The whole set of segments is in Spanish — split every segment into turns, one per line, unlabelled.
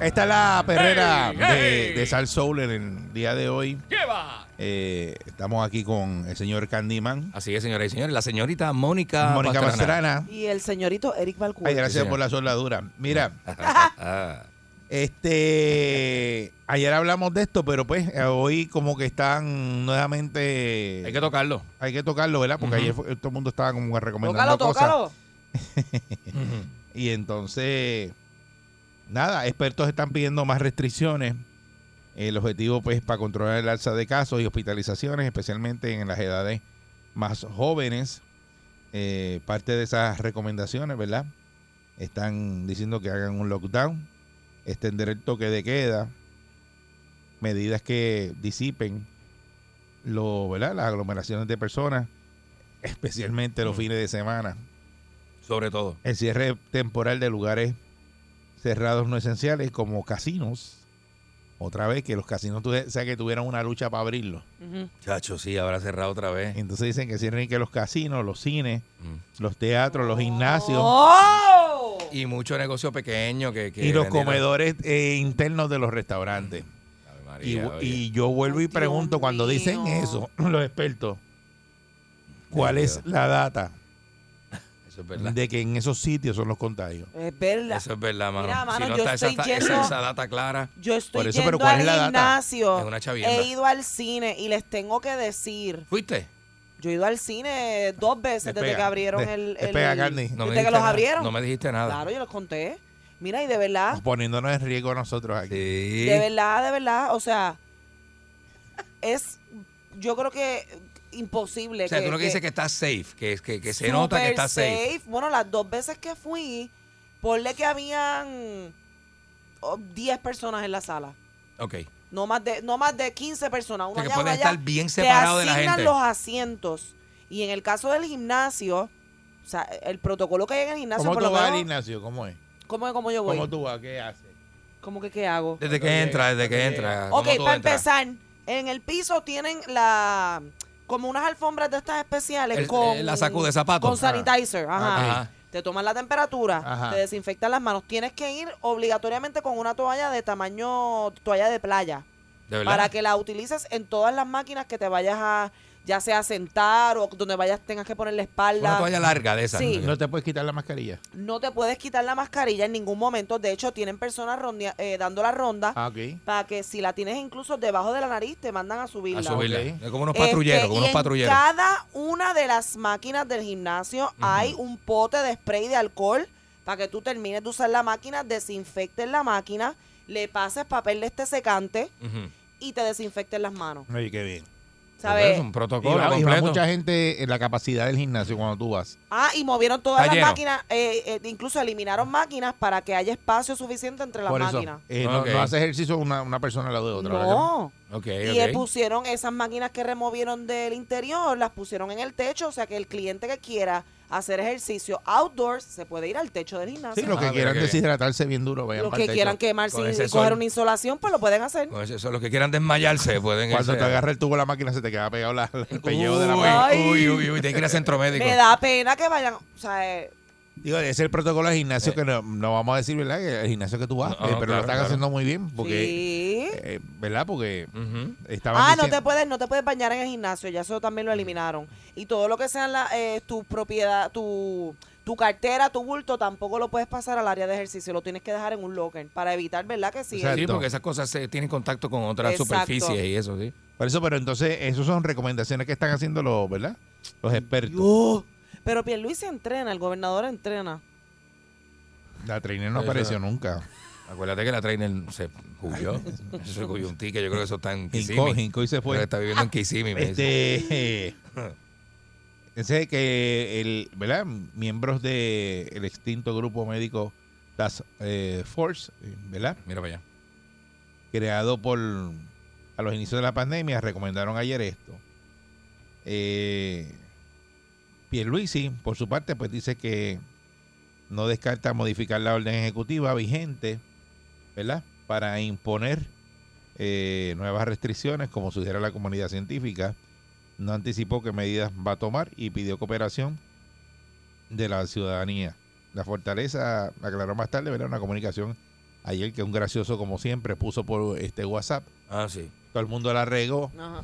Esta es la perrera
Hey,
de,
hey.
de Sal Soul en el día de hoy.
Lleva.
Eh, estamos aquí con el señor Candyman,
Así es, señoras y señores. La señorita Mónica
Mónica
Ah, Pastrana.
Pastrana.
Y el señorito Eric Valcourt.
Ay, gracias
señor.
por la soldadura. Mira,
Ah,
este, ayer hablamos de esto, pero pues eh, hoy como que están nuevamente...
hay que tocarlo.
hay que tocarlo, ¿verdad? Porque
Ujú.
ayer fue- todo el mundo estaba como recomendando
Tócalo,
cosas.
tócalo.
Y entonces, nada, expertos están pidiendo más restricciones. El objetivo, pues, para controlar el alza de casos y hospitalizaciones, especialmente en las edades más jóvenes. Eh, parte de esas recomendaciones, ¿verdad? Están diciendo que hagan un lockdown, extender el toque de queda, medidas que disipen lo, ¿verdad? las aglomeraciones de personas, especialmente los fines de semana.
Sobre todo.
El cierre temporal de lugares cerrados no esenciales como casinos. Otra vez que los casinos tuve- o sea, que tuvieron una lucha para abrirlos.
Ujú.
Chacho, sí, habrá cerrado otra vez.
Entonces dicen que cierren que los casinos, los cines,
Mm.
los teatros, los gimnasios
¡Oh!
Y mucho negocio pequeño que. que
y los
bendito.
comedores eh, internos de los restaurantes.
Ave
Y,
María, oye.
y yo vuelvo
Ay,
y pregunto
Dios
cuando dicen
mío.
eso los expertos, ¿cuál
Ay,
es
Dios.
la data
Eso es verdad.
de que en esos sitios son los contagios?
Es verdad.
Eso es verdad, mano.
Mira, mano,
si no
yo
está esa,
estoy
esa-
yendo-
esa data clara.
Yo estoy
Por eso, pero
yendo
¿cuál
al
es la data?
gimnasio.
Es una chavienda.
He ido al cine y les tengo que decir.
¿Fuiste?
Yo he ido al cine dos veces desde
Despega,
que abrieron
de-
el. el-
despega, Candy.
No me
desde
dijiste
que los
nada.
abrieron.
No me dijiste nada.
Claro, yo los conté. Mira, y de verdad,
Poniéndonos en riesgo nosotros aquí.
Sí.
de verdad, de verdad. O sea, es. Yo creo que imposible.
O sea, tú lo que dices
que
que está safe, que, que, que se nota que
Súper
está safe.
Bueno, las dos veces que fui, ponle que habían oh, 10 personas en la sala.
Ok.
No más de, no más de 15 personas. Una
O sea, que
allá, una
pueden
allá.
estar bien
Te
separados de la
asignan
gente.
los asientos. Y en el caso del gimnasio, o sea, el protocolo que hay en el gimnasio,
¿Cómo
por
tú
lo
vas al
menos-
gimnasio? ¿Cómo es?
¿cómo, cómo yo voy?
¿Cómo tú vas? ¿Qué haces?
¿Cómo que qué hago?
Desde
Cuando
que entra,
llega,
desde que
cuando
entra.
Ok,
Ah, ¿cómo tú
para
entras?
empezar, en el piso tienen la como unas alfombras de estas especiales
El-
con
eh, la sacude zapatos. Ah,
con sanitizer, ajá.
Ajá.
Te toman la temperatura,
Ajá.
te desinfectan las manos. Tienes que ir obligatoriamente con una toalla de tamaño toalla de playa
De verdad.
para que la utilices en todas las máquinas que te vayas a ya sea a sentar o donde vayas tengas que poner la
Una
espalda.
toalla larga de esa.
Sí.
¿No te puedes quitar la mascarilla?
no te puedes quitar la mascarilla en ningún momento. De hecho, tienen personas rondea- eh, dando la ronda
Ah, ok.
para que si la tienes incluso debajo de la nariz te mandan a subirla.
A subirla.
Ok.
Es como unos
Este,
patrulleros, como
y
unos
en
patrulleros.
Cada una de las máquinas del gimnasio hay un pote de spray de alcohol para que tú termines de usar la máquina, desinfectes la máquina, le pases papel de este secante
Ujú.
y te desinfectes las manos.
Oye, qué bien.
Pero
¿Sabes?
Es un
Y va-
protocolo
y va
completo.
mucha gente en la capacidad del gimnasio cuando tú vas.
Ah, y movieron todas
Está
las
lleno.
máquinas, eh, eh, incluso eliminaron máquinas para que haya espacio suficiente entre las
Por eso,
máquinas.
eh, no,
Ok.
no hace ejercicio una, una persona al lado de otra. ¿verdad?
No.
Ok,
Y eh,
ok.
pusieron esas máquinas que removieron del interior, las pusieron en el techo, o sea que el cliente que quiera hacer ejercicio outdoors se puede ir al techo del
Sí,
gimnasio.
los
Ah,
que
mira
quieran
qué bien.
deshidratarse bien duro, vayan
los
para el
que
techo.
quieran quemarse
Con
y
ese
coger
sol.
una insolación, pues lo pueden hacer.
Con eso, eso, los que quieran desmayarse pueden
Cuando
irse
te
a-
agarra el tubo de la máquina se te queda pegado la, el pellejo de la
Uy,
máquina.
Uy, uy, uy, tienes que ir a centro médico.
Me da pena que vayan, o sea, eh,
Digo, ese es el protocolo de gimnasio
Eh.
que no, no vamos a decir, ¿verdad? Que el gimnasio que tú vas,
No,
eh, pero
claro,
lo están
claro.
haciendo muy bien, porque,
sí.
eh, ¿verdad? Porque
Ujú.
estaban
Ah, no
diciendo- Mm.
te puedes, no te puedes bañar en el gimnasio, ya eso también lo eliminaron. Y todo lo que sean la, eh, tu propiedad, tu, tu cartera, tu bulto, tampoco lo puedes pasar al área de ejercicio, lo tienes que dejar en un locker para evitar, ¿verdad? Que si
O sea,
Sí,
Exacto.
porque esas cosas se tienen contacto con otras
Exacto.
superficies y eso, sí.
Por eso, pero entonces, esas son recomendaciones que están haciendo los, ¿verdad? Los expertos.
Yo, Pero Pierluisi entrena, el gobernador entrena.
La trainer no
Eso-
apareció nunca.
Acuérdate que la trainer se huyó. se huyó un ticket. Yo creo que eso está en
Hincó,
Kissimmee.
hincó y se
Creo que
fue.
está viviendo en Kissimmee. me dice.
pues. Este. Ese que el, ¿verdad? Miembros del el extinto grupo médico Task eh, Force, eh, ¿verdad?
Mira para allá.
creado por a los inicios de la pandemia, recomendaron ayer esto. Eh, Pierluisi, por su parte, pues dice que no descarta modificar la orden ejecutiva vigente, ¿verdad? Para imponer eh, nuevas restricciones, como sugiere la comunidad científica. No anticipó qué medidas va a tomar y pidió cooperación de la ciudadanía. La fortaleza aclaró más tarde, ¿verdad? Una comunicación ayer que un gracioso, como siempre, puso por este WhatsApp.
Ah, sí.
Todo el mundo la regó,
Ajá.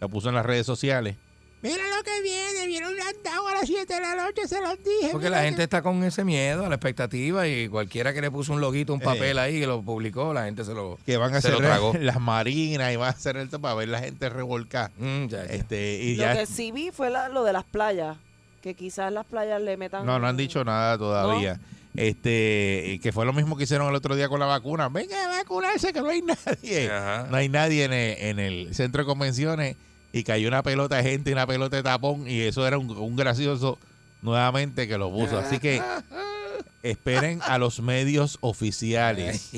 la puso en las redes sociales. Mira lo que viene, viene un andado a las 7 de la noche, se los dije.
Porque la gente está con ese miedo, a la expectativa, y cualquiera que le puso un loguito, un
Eh.
papel ahí que lo publicó, la gente se lo.
que van a
se lo
cerrar
tragó.
las marinas y van a hacer el para ver la gente revolcar.
Mm, ya, ya.
Este, y
Lo
ya
que sí vi fue la- lo de las playas, que quizás las playas le metan...
No, no han dicho nada todavía. Este, y que fue lo mismo que hicieron el otro día con la vacuna. Venga a vacunarse que no hay nadie.
Ajá.
Este, No hay nadie en el, en el centro de convenciones y cayó una pelota de gente y una pelota de tapón y eso era un, un gracioso nuevamente que lo puso. Así que esperen a los medios oficiales,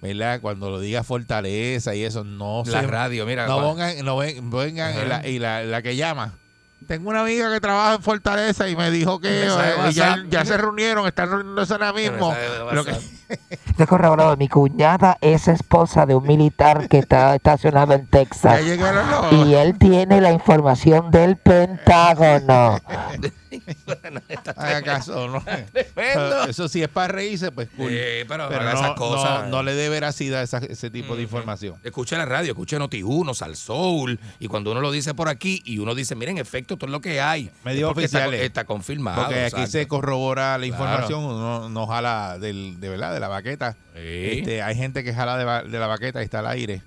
¿verdad? Cuando lo diga Fortaleza y eso, no
la
se-
radio, mira.
no
cual-
vengan, no ven- vengan
Ajá.
y, la, y la- la que llama. Tengo una amiga que trabaja en Fortaleza y me dijo que
Mensaje
eh,
de
ya,
WhatsApp.
ya se reunieron, están reuniéndose ahora mismo.
Mensaje de
Lo que-
WhatsApp.
Estoy corroborado, mi cuñada es esposa de un militar que está estacionado en
ya
Texas.
llegaron los-
Y él tiene la información del Pentágono.
haga caso, ¿no?
Tremendo.
Eso sí es para reírse, pues cool.
Sí, pero,
Pero
haga
no,
esas cosas.
no- no le dé veracidad a esa- ese tipo de información.
Escuche la radio, escuche Noti1, Sal Soul, y cuando uno lo dice por aquí y uno dice, miren, en efecto, esto es lo que hay.
Medios
Es porque está-
oficiales.
Está, confirmado.
Porque aquí
Ah, exacto.
se corrobora la
Claro.
información, uno no jala del, de verdad de la baqueta.
Sí.
Este, hay gente que jala de, ba- de la baqueta y está al aire.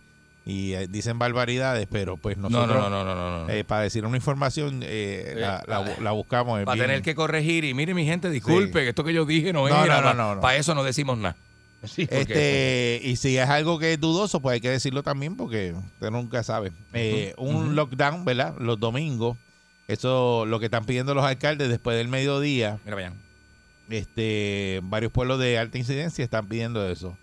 Y eh, dicen barbaridades, pero pues
no,
nosotros
no, no, no, no, no, no.
eh, para decir una información eh, la, la bu- la buscamos. eh,
Va a
bien.
tener que corregir y mire mi gente, disculpe,
Sí.
que esto que yo dije no,
No,
era.
no, no, no, no.
Para eso no decimos nada. Sí, porque-
Este, y si es algo que es dudoso, pues hay que decirlo también porque usted nunca sabe. Eh, un lockdown, ¿verdad? Los domingos. Eso lo que están pidiendo los alcaldes después del mediodía.
Mira, vayan.
este, varios pueblos de alta incidencia están pidiendo eso.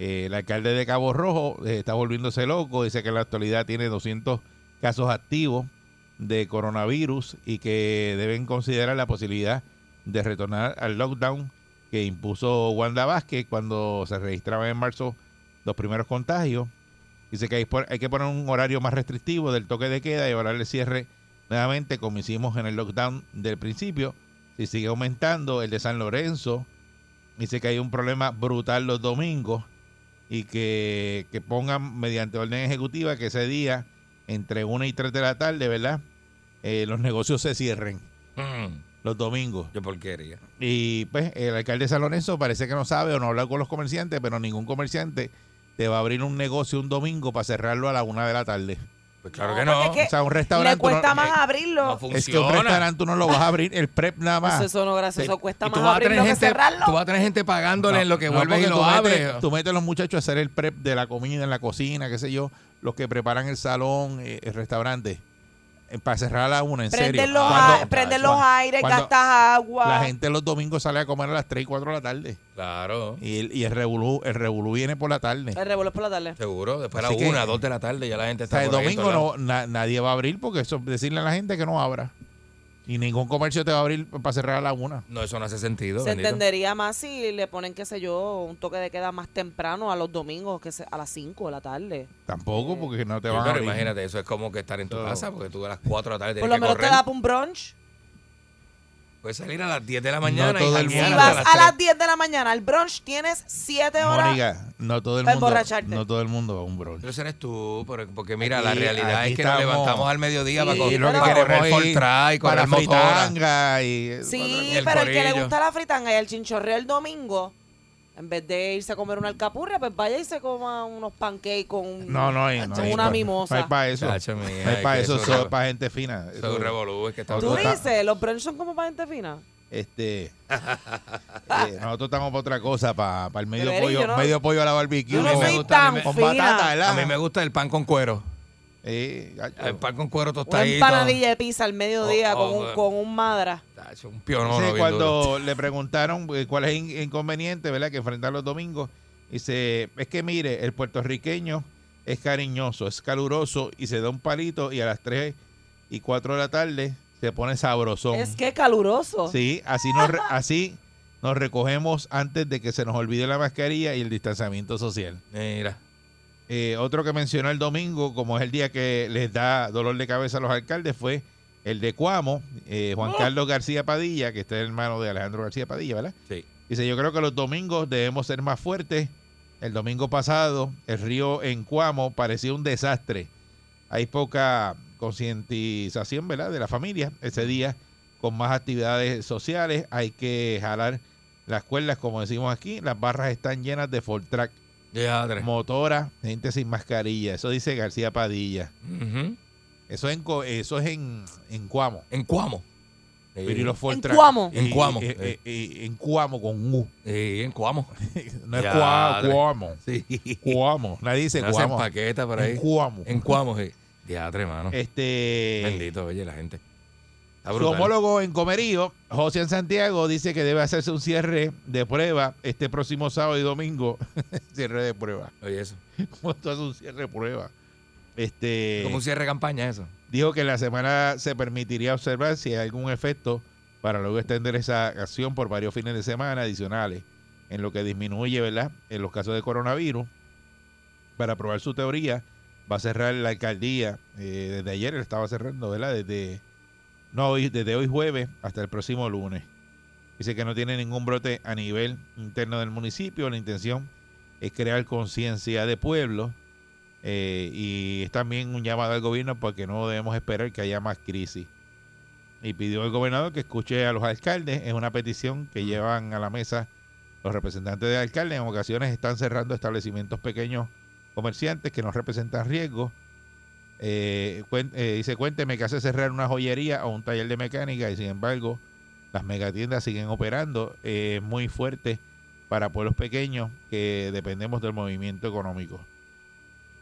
Eh, el alcalde de Cabo Rojo eh, está volviéndose loco, dice que en la actualidad tiene 200 casos activos de coronavirus y que deben considerar la posibilidad de retornar al lockdown que impuso Wanda Vázquez cuando se registraban en marzo los primeros contagios. Dice que hay, por- hay que poner un horario más restrictivo del toque de queda y evaluar el cierre nuevamente como hicimos en el lockdown del principio. Si sigue aumentando, el de San Lorenzo dice que hay un problema brutal los domingos y que, que pongan mediante orden ejecutiva que ese día, entre 1 y 3 de la tarde, ¿verdad? Eh, los negocios se cierren
Mm,
los domingos.
yo porquería.
Y pues el alcalde de San Lorenzo parece que no sabe o no habla con los comerciantes, pero ningún comerciante te va a abrir un negocio un domingo para cerrarlo a la 1 de la tarde.
Pues claro
No,
que no. eh,
porque
O sea, un restaurante...
Le
no-
cuesta
no-
más
no
abrirlo.
es que un
funciona.
restaurante tú no lo vas a abrir, el prep nada más.
Eso, eso no gracias, eso cuesta
Y tú
más
vas a
abrirlo
tener
que
gente,
cerrarlo.
tú vas a tener gente pagándole en lo que
No,
vuelves y
porque
lo
tú
abres.
metes- tú metes a los muchachos a hacer el prep de la comida en la cocina, qué sé yo, los que preparan el salón, eh, el restaurante, eh, para cerrar a una, en
Prender
serio.
los,
Cuando- Ah,
a- prender los
cuando-
aires,
cuando
gastas agua.
La gente los domingos sale a comer a las 3 y 4 de la tarde.
Claro.
Y el, y el revolú, el revolú viene por la tarde.
El revolver por la tarde.
Seguro, después a la
Así que-
una, dos de la tarde ya la gente
O
está.
sea, el
por ahí en
domingo
todos lados.
no, na- nadie va a abrir porque eso es decirle a la gente que no abra. Y ningún comercio te va a abrir para cerrar a la una.
No, eso no hace sentido.
Se
bendito.
entendería más si le ponen, qué sé yo, un toque de queda más temprano a los domingos, que se- a las 5 de la tarde.
Tampoco porque no te
Sí,
van a
pero
abrir.
imagínate, eso es como que estar en tu
Todo.
casa porque tú a las 4 de la tarde
Por
tienes
lo
que
menos
correr.
te da pa' un brunch.
Puedes salir a las 10 de la mañana y
todo el
janguear
Si
mundo-
hasta
vas a las
tres.
10 de la mañana al brunch, tienes 7 horas.
Mónica, no todo el
Para
mundo,
emborracharte.
no todo el mundo va a un brunch.
Pero ese eres tú, pero- porque mira, la
Aquí-
realidad
aquí
es que
estamos.
nos levantamos al mediodía
Sí,
para,
y
correr,
lo que
para
queremos
correr
ir
Fortra y correr
para
motora.
fritanga y
Sí,
el
pero el que le
corillo.
gusta la fritanga y el chinchorreo el domingo, En vez de irse a comer una alcapurria, pues vaya y se coma unos pancakes con,
No, no hay. No pues,
con
hay
una
pa-
mimosa.
No hay para eso.
Chacho,
no
mía,
hay
es
para
que
eso,
eso
eso es
revol-
para gente fina.
Eso es un
Eso-
revolú, es que está
Tú
Total.
dices, los brunch son como para gente fina.
Este, eh, nosotros estamos para otra cosa, para, el medio
veras,
pollo,
yo no-
medio pollo a la barbecue.
Yo no
con-
me
soy
gusta, a
tan
mí me-
con
fina.
batata, ¿verdad?
A mí me gusta el pan con cuero.
Eh, gacho.
El pan con cuero
Una
tostadito.
empanadilla de pizza al mediodía
Oh,
con,
oh,
un,
eh.
con un madra.
Tacho, Un pionono
Entonces,
bien duro.
cuando le preguntaron eh, cuál es el inconveniente, ¿verdad? Que enfrentar los domingos, dice, es que mire, el puertorriqueño es cariñoso, es caluroso y se da un palito y a las 3 y 4 de la tarde se pone sabrosón.
Es que caluroso.
Sí, así nos, re- así nos recogemos antes de que se nos olvide la mascarilla y el distanciamiento social.
Mira.
Eh, otro que mencionó el domingo, como es el día que les da dolor de cabeza a los alcaldes, fue el de Cuamo, eh, Juan Carlos García Padilla, que este es hermano de Alejandro García Padilla, ¿verdad?
Sí.
Dice, yo creo que los domingos debemos ser más fuertes. El domingo pasado, el río en Cuamo parecía un desastre. Hay poca concientización, ¿verdad?, de la familia. Ese día, con más actividades sociales, hay que jalar las cuerdas, como decimos aquí. Las barras están llenas de Fortrack,
Diadre.
motora, gente sin mascarilla. Eso dice García Padilla.
Ujú.
Eso es en, Co- eso es en, en Cuamo.
En Cuamo. Sí.
Pero y los Fortrack.
Cuamo.
Y-
En Cuamo. eh.
y- y- y- en Cuamo con U.
Sí, en Cuamo.
No es
Ya,
Cua-
dale.
Cuamo.
Sí.
Cuamo. Nadie dice
Hacen
Cuamo.
paquetas por ahí.
En Cuamo.
En Cuamo, sí. Diadre, mano.
Este,
Bendito, oye, la gente. Está
su
brutal.
homólogo en Comerío, José Santiago, dice que debe hacerse un cierre de prueba este próximo sábado y domingo. cierre de prueba.
Oye, eso.
¿Cómo tú haces un cierre de prueba? Este,
Como un cierre de campaña eso.
dijo que en la semana se permitiría observar si hay algún efecto para luego extender esa acción por varios fines de semana adicionales, en lo que disminuye, ¿verdad?, en los casos de coronavirus. Para probar su teoría, va a cerrar la alcaldía, eh, desde ayer él estaba cerrando, ¿verdad?, desde, no, hoy, desde hoy jueves hasta el próximo lunes. Dice que no tiene ningún brote a nivel interno del municipio, la intención es crear conciencia de pueblo. Eh, y es también un llamado al gobierno porque no debemos esperar que haya más crisis. Y pidió al gobernador que escuche a los alcaldes. Es una petición que llevan a la mesa los representantes de alcaldes. En ocasiones están cerrando establecimientos pequeños comerciantes que no representan riesgo. Eh, cuen- eh, dice, cuénteme que hace cerrar una joyería o un taller de mecánica y sin embargo las megatiendas siguen operando eh, muy fuerte para pueblos pequeños que dependemos del movimiento económico.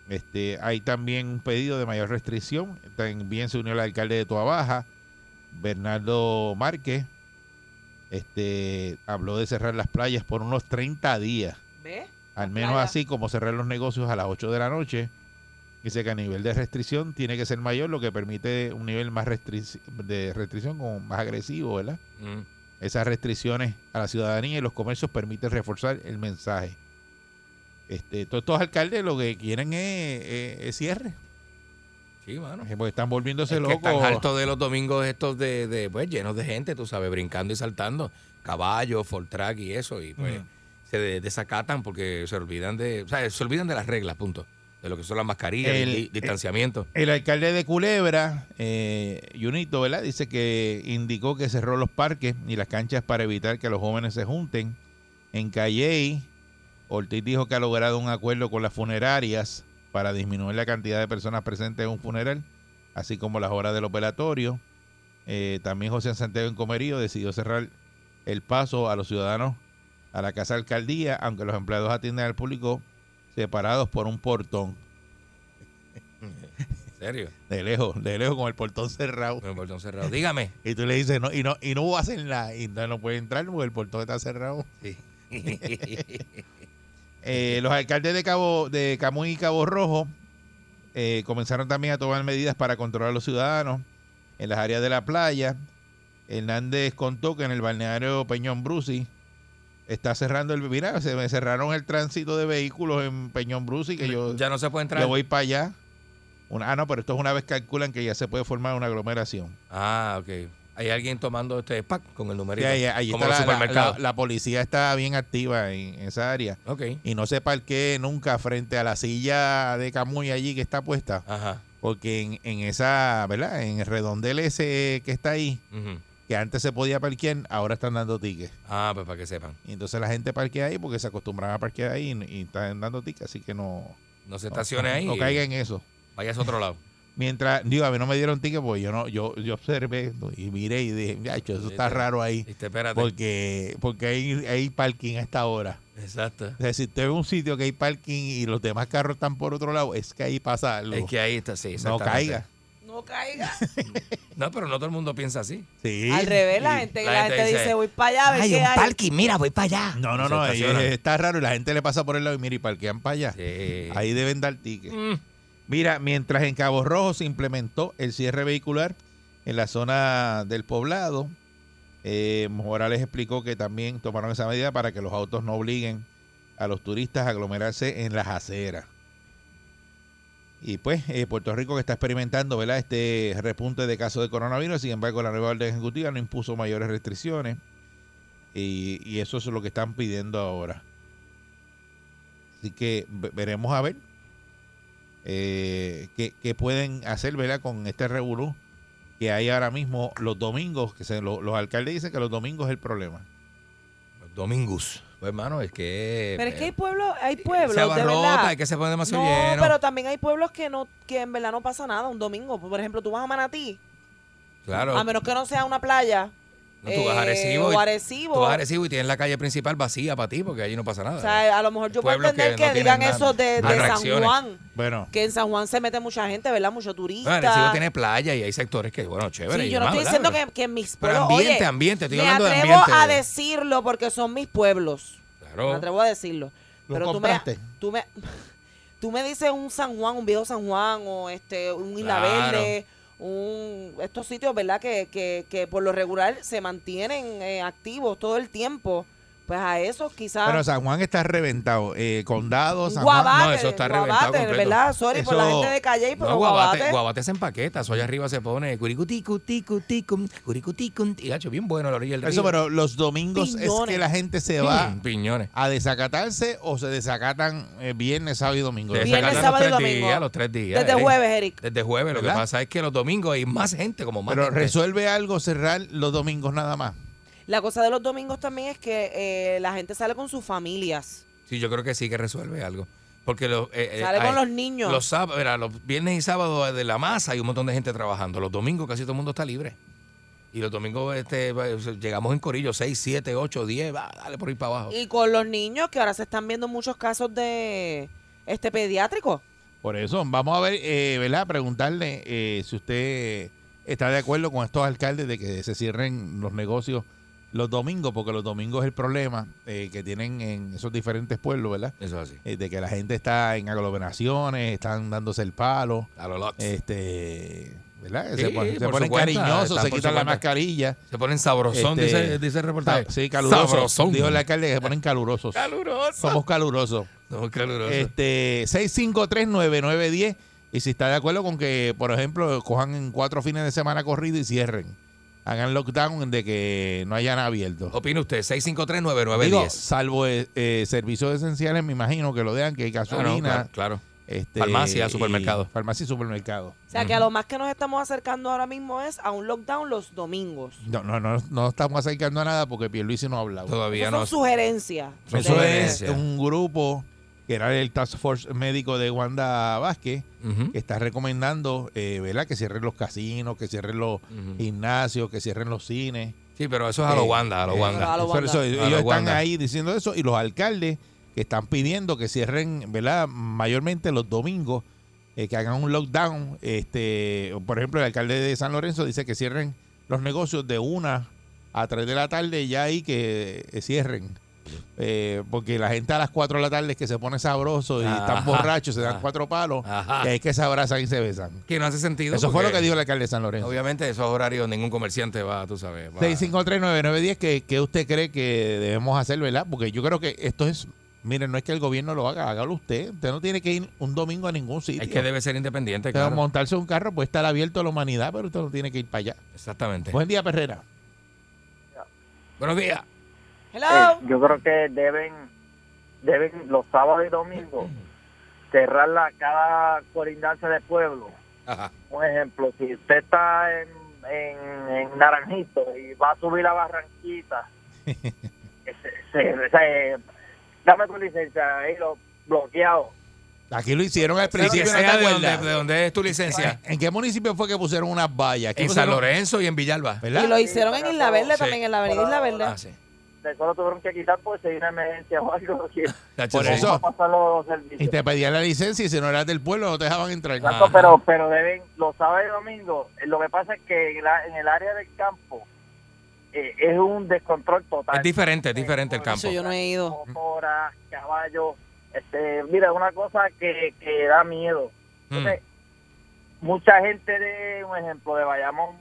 Este, hay también un pedido de mayor restricción. También se unió el alcalde de Toabaja, Bernardo Márquez. Este, habló de cerrar las playas por unos 30 días.
¿Ves?
Al
Las
menos
playas.
así como cerrar los negocios a las 8 de la noche. Dice que a nivel de restricción tiene que ser mayor, lo que permite un nivel más restric- de restricción como más agresivo, ¿verdad?
Mm.
Esas restricciones a la ciudadanía y los comercios permiten reforzar el mensaje. Este, todos estos alcaldes lo que quieren es, es- es cierre,
Sí, mano.
porque están volviéndose
Es que
locos.
están hartos de los domingos estos de, de, pues, llenos de gente, tú sabes, brincando y saltando, caballos, Fortrack y eso, y pues
Ujú.
se de- desacatan porque se olvidan de, o sea, se olvidan de las reglas, punto. De lo que son las mascarillas,
El- eh,
el, di- distanciamiento.
El alcalde de Culebra, eh, Junito, ¿verdad? Dice que indicó que cerró los parques y las canchas para evitar que los jóvenes se junten. En Calley, Ortiz dijo que ha logrado un acuerdo con las funerarias para disminuir la cantidad de personas presentes en un funeral, así como las horas del operatorio. Eh, también José Santiago en Comerío decidió cerrar el paso a los ciudadanos a la casa de alcaldía, aunque los empleados atienden al público separados por un portón.
¿En serio?
De lejos, de lejos con el portón cerrado.
Con el portón cerrado. Dígame.
Y tú le dices, no, y no, y no hacen nada, y no, no puede entrar porque el portón está cerrado. Eh, los alcaldes de Cabo, de Camuy y Cabo Rojo eh, comenzaron también a tomar medidas para controlar a los ciudadanos en las áreas de la playa. Hernández contó que en el balneario Peñón Brusi está cerrando el. Mira, se me cerraron el tránsito de vehículos en Peñón Brusi, que yo
ya no se puede entrar.
yo voy para allá. Una- ah, no, pero esto es una vez calculan que ya se puede formar una aglomeración.
Ah, ok. Hay alguien tomando este pack con el numerito.
Sí, ahí- ahí
como
está la-
los
la-
supermercados.
La, la policía está bien activa en, en esa área.
ok.
Y no se parquee nunca frente a la silla de Camuy allí que está puesta.
Ajá.
Porque en, en esa, ¿verdad? En el redondel ese que está ahí,
Ujú.
que antes se podía parquear, ahora están dando tickets.
Ah, pues para que sepan.
Y entonces la gente parquea ahí porque se acostumbran a parquear ahí y, y están dando tickets, así que no.
No se
no-
estacione ahí.
No
y
caigan en eso.
Vayas a otro lado.
Mientras, digo, a mí no me dieron ticket porque yo no, yo, yo observé no, y miré y dije, "Yacho, eso está raro ahí.
Viste, espérate.
Porque, porque hay, hay parking a esta hora.
Exacto.
O sea, si usted ve un sitio que hay parking y los demás carros están por otro lado, es que ahí pasa algo.
Es que ahí está, sí.
no
exactamente.
caiga.
No caiga.
No, pero no todo el mundo piensa así.
Sí.
Al revés, la gente,
la
la,
gente
gente,
dice,
dice, voy para allá, a ver
Ay,
qué
un
hay.
parking, mira, voy para allá.
No, no,
Se
no. ahí
estacionan.
es- está raro y la gente le pasa por el lado y mira y parquean para allá.
Sí.
Ahí deben dar ticket.
Mm.
Mira, mientras en Cabo Rojo se implementó el cierre vehicular en la zona del poblado, eh, Morales explicó que también tomaron esa medida para que los autos no obliguen a los turistas a aglomerarse en las aceras. Y pues eh, Puerto Rico que está experimentando ¿verdad? este repunte de casos de coronavirus, sin embargo la nueva orden ejecutiva no impuso mayores restricciones y, y eso es lo que están pidiendo ahora. Así que ve- veremos a ver eh, que, que pueden hacer ¿verdad? con este revolú que hay ahora mismo los domingos, que se- lo- los alcaldes dicen que los domingos es el problema.
Los domingos. Pues, hermano, es que.
Pero es que hay
eh,
pueblos, hay pueblos,
Se
de
abarrota,
verdad.
es que se pone demasiado
no,
lleno.
pero también hay pueblos que no que en verdad no pasa nada un domingo. Por ejemplo, tú vas a Manatí,
claro.
a menos que no sea una playa.
No, tú vas a
eh,
Arecibo.
o
y-
Arecibo.
Tú vas a Arecibo y tienes la calle principal vacía para ti porque allí no pasa nada.
O sea, a lo mejor yo puedo
Pueblos que
entender que,
no tienen
digan
nada.
eso de, de San
Atracciones.
Juan,
Bueno,
que en San Juan se mete mucha gente, ¿verdad? Mucho turista.
Bueno, Arecibo tiene playa y hay sectores que, bueno, chévere.
Sí,
y
yo no
demás,
estoy
¿verdad?
diciendo que, que en mis
Pero
pueblos.
ambiente,
oye,
ambiente, estoy
me
hablando de
atrevo
ambiente.
a decirlo porque son mis pueblos.
Claro.
Me atrevo a decirlo.
¿Lo
Pero tú me,
compraste?
tú me tú me dices un San Juan, un viejo San Juan o este un Isla
Claro.
Verde, un estos sitios, ¿verdad? Que, que, que por lo regular se mantienen eh, activos todo el tiempo. Pues a esos quizás
pero San Juan está reventado. Eh, condado,
un
San Juan.
guabate,
no, eso está reventado
guabate,
completo.
¿verdad? Sorry por la
Eso-
gente de Calle, pero
No,
guabate,
guabate, guabate se empaqueta. Eso allá arriba se pone curicuticuticum, curicuticuticum. Y gacho, bien bueno a la orilla del río.
Eso, pero los domingos es
Piñones.
que la gente se
Mm,
va
piñones.
a desacatarse o se desacatan eh, viernes, sábado y domingo.
Se
Viernes,
sacan
sábado y
los tres
domingo.
días, los tres días.
desde
Eric.
jueves, Eric.
Desde jueves. Lo que
¿Verdad?
pasa es que los domingos hay más gente, como más
Pero
gente.
resuelve algo cerrar los domingos nada más.
La cosa de los domingos también es que eh, la gente sale con sus familias,
Sí, yo creo que sí que resuelve algo. Porque los, eh, eh,
sale
hay-
con los niños.
Los, sáb- mira, los viernes y sábados de la masa hay un montón de gente trabajando. Los domingos casi todo el mundo está libre. Y los domingos este, va- llegamos en corillo 6, 7, 8, 10, va, dale por ir para abajo.
Y con los niños, que ahora se están viendo muchos casos de este pediátrico.
Por eso, vamos a ver, eh, ¿verdad? Preguntarle eh, si usted está de acuerdo con estos alcaldes de que se cierren los negocios los domingos, porque los domingos es el problema eh, que tienen en esos diferentes pueblos, ¿verdad?
Eso es así.
Eh, de que la gente está en aglomeraciones, están dándose el palo,
A lo lox.
este, ¿verdad?
Sí,
se ponen, se
por
ponen
su cuenta,
cariñosos,
están
se
por su
quitan la
cuenta.
mascarilla.
Se ponen sabrosón,
Este,
dice, dice el reportaje.
Sí, calurosos.
Sabrosón.
Dijo el alcalde que se ponen calurosos.
Caluroso. Eh,
Somos calurosos.
No, caluroso.
Este, 6539910. Y si está de acuerdo con que, por ejemplo, cojan en cuatro fines de semana corrido y cierren. Hagan lockdown de que no hayan abierto.
Opina usted,
Digo,
6539910.
salvo eh, eh, servicios esenciales, me imagino que lo dejan, que hay
Claro,
gasolina,
Ah, claro, claro.
este,
Farmacia,
y-
supermercado.
Farmacia y supermercado.
O sea, que a lo más que nos estamos acercando ahora mismo es a un lockdown los domingos.
No, no, no, no estamos acercando a nada porque Pierluisi no ha hablado.
Todavía
Esas
no.
son sugerencias.
Son
Eso es
sugerencias.
un grupo que era el Task Force médico de Wanda Vázquez,
Ujú.
que está recomendando, eh, ¿verdad? Que cierren los casinos, que cierren los
Ujú.
gimnasios, que cierren los cines.
Sí, pero eso es a lo
Eh,
Wanda, a lo
eh,
Wanda.
A lo
eso-
Wanda.
eso,
A
ellos
lo
están
Wanda.
ahí diciendo eso y los alcaldes que están pidiendo que cierren, ¿verdad? Mayormente los domingos, eh, que hagan un lockdown. Este, por ejemplo, el alcalde de San Lorenzo dice que cierren los negocios de una a tres de la tarde ya ahí que eh, cierren. Eh, porque la gente a las 4 de la tarde es que se pone sabroso y
Ajá.
están borrachos, se dan
Ajá.
cuatro palos,
Ajá.
y es que se abrazan y se besan.
Que no hace sentido.
Eso fue lo
Ah. porque
que dijo el alcalde de San Lorenzo.
Obviamente, esos horarios ningún comerciante va, tú sabes. va-
6539910, ¿qué, ¿qué usted cree que debemos hacer, verdad? Porque yo creo que esto es, miren, no es que el gobierno lo haga, hágalo usted. Usted no tiene que ir un domingo a ningún sitio.
Es que debe ser independiente,
Usted va a
claro.
montarse un carro, puede estar abierto a la humanidad, pero usted no tiene que ir para allá.
Exactamente.
Buen día, Perrera.
Buenos días.
Hello.
Eh, yo creo que deben, deben los sábados y domingos cerrarla cada colindancia de pueblo.
Ajá.
Un ejemplo, si usted está en, en, en Naranjito y va a subir a Barranquita, se, se- se- dame tu licencia, ahí lo bloqueado.
Aquí lo hicieron al
Pero que
principio. ¿no te
sea de
acuerdas?
donde- de donde es tu licencia.
¿En qué municipio fue que pusieron unas vallas? Aquí
En San
pusieron-
Lorenzo y en Villalba.
¿Verdad?
Y lo hicieron en
para
Isla
todo.
Verde
Sí.
también, en la avenida Isla Verde.
Ah, sí.
De solo tuvieron que quitar porque se dio una emergencia o algo. que
Tacho,
Por
sí.
eso.
no pasó los
Y
servicios.
te pedían la licencia y si no eras del pueblo no te dejaban entrar.
Ah.
Exacto, pero, pero deben, los sábados y domingos, eh, lo que pasa es que en, la- en el área del campo eh, es un descontrol total.
Es diferente, es diferente el campo.
Eso yo no he ido.
Motora, caballo, este, mira, una cosa que, que da miedo.
Mm.
Entonces, mucha gente de, un ejemplo, de Bayamón,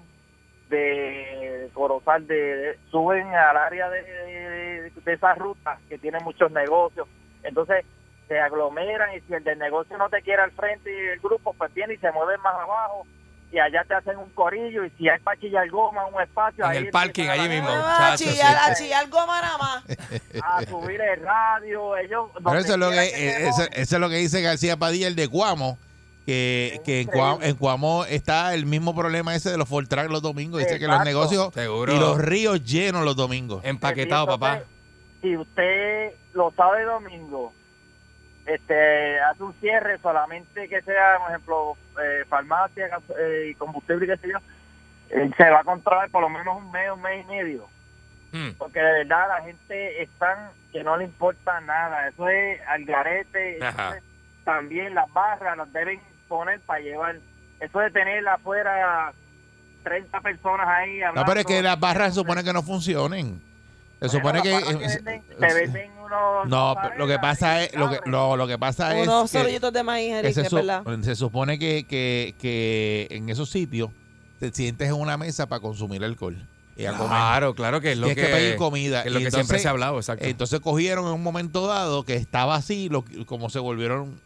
de Corozal, de, de- suben al área de, de, de esas rutas que tienen muchos negocios. Entonces, se aglomeran y si el del negocio no te quiere al frente y el grupo, pues viene y se mueven más abajo y allá te hacen un corillo y si hay para chillar goma, un espacio.
En
ahí
el parking,
empiezan a
allí
dar-
mismo.
Ah, a
Chacho, sí.
chillar, a chillar goma nada más.
A subir el radio, ellos...
Pero eso es, lo que,
donde quiera
eh,
se
eso,
mueven.
eso es lo que dice García Padilla, el de Cuamo, que, que en, Cuamo, en Cuamo está el mismo problema ese de los Fortran los domingos. Dice que los
Exacto.
negocios
Seguro.
y los ríos llenos los domingos.
Empaquetado,
Sí, entonces,
papá.
Si pues, usted lo sabe domingo, este, hace un cierre solamente que sea, por ejemplo, eh, farmacia gas- eh, y combustible, qué sé yo, eh, se va a controlar por lo menos un mes, un mes y medio.
Mm.
Porque de verdad la gente están que no le importa nada. Eso es al garete.
Ajá.
Entonces, También las barras las deben poner para llevar. Eso de tener afuera 30 personas ahí hablando.
No, Ah, pero es que las barras se supone que no funcionen. Se supone que... eh,
Bueno, las barras te venden- te venden unos
No,
paredes
lo que pasa es... Lo que,
abre.
no, lo que pasa es...
Unos
que-
sorollitos de maíz,
que
Eric,
se,
es
su-
verdad.
se supone que, que, que en esos sitios te sientes en una mesa para consumir alcohol. Y a comer.
Claro, claro que es lo que,
Tienes que pedir comida.
que es lo
Y
que siempre
entonces- eh,
se ha hablado, exacto.
Entonces cogieron en un momento dado que estaba así, lo- como se volvieron,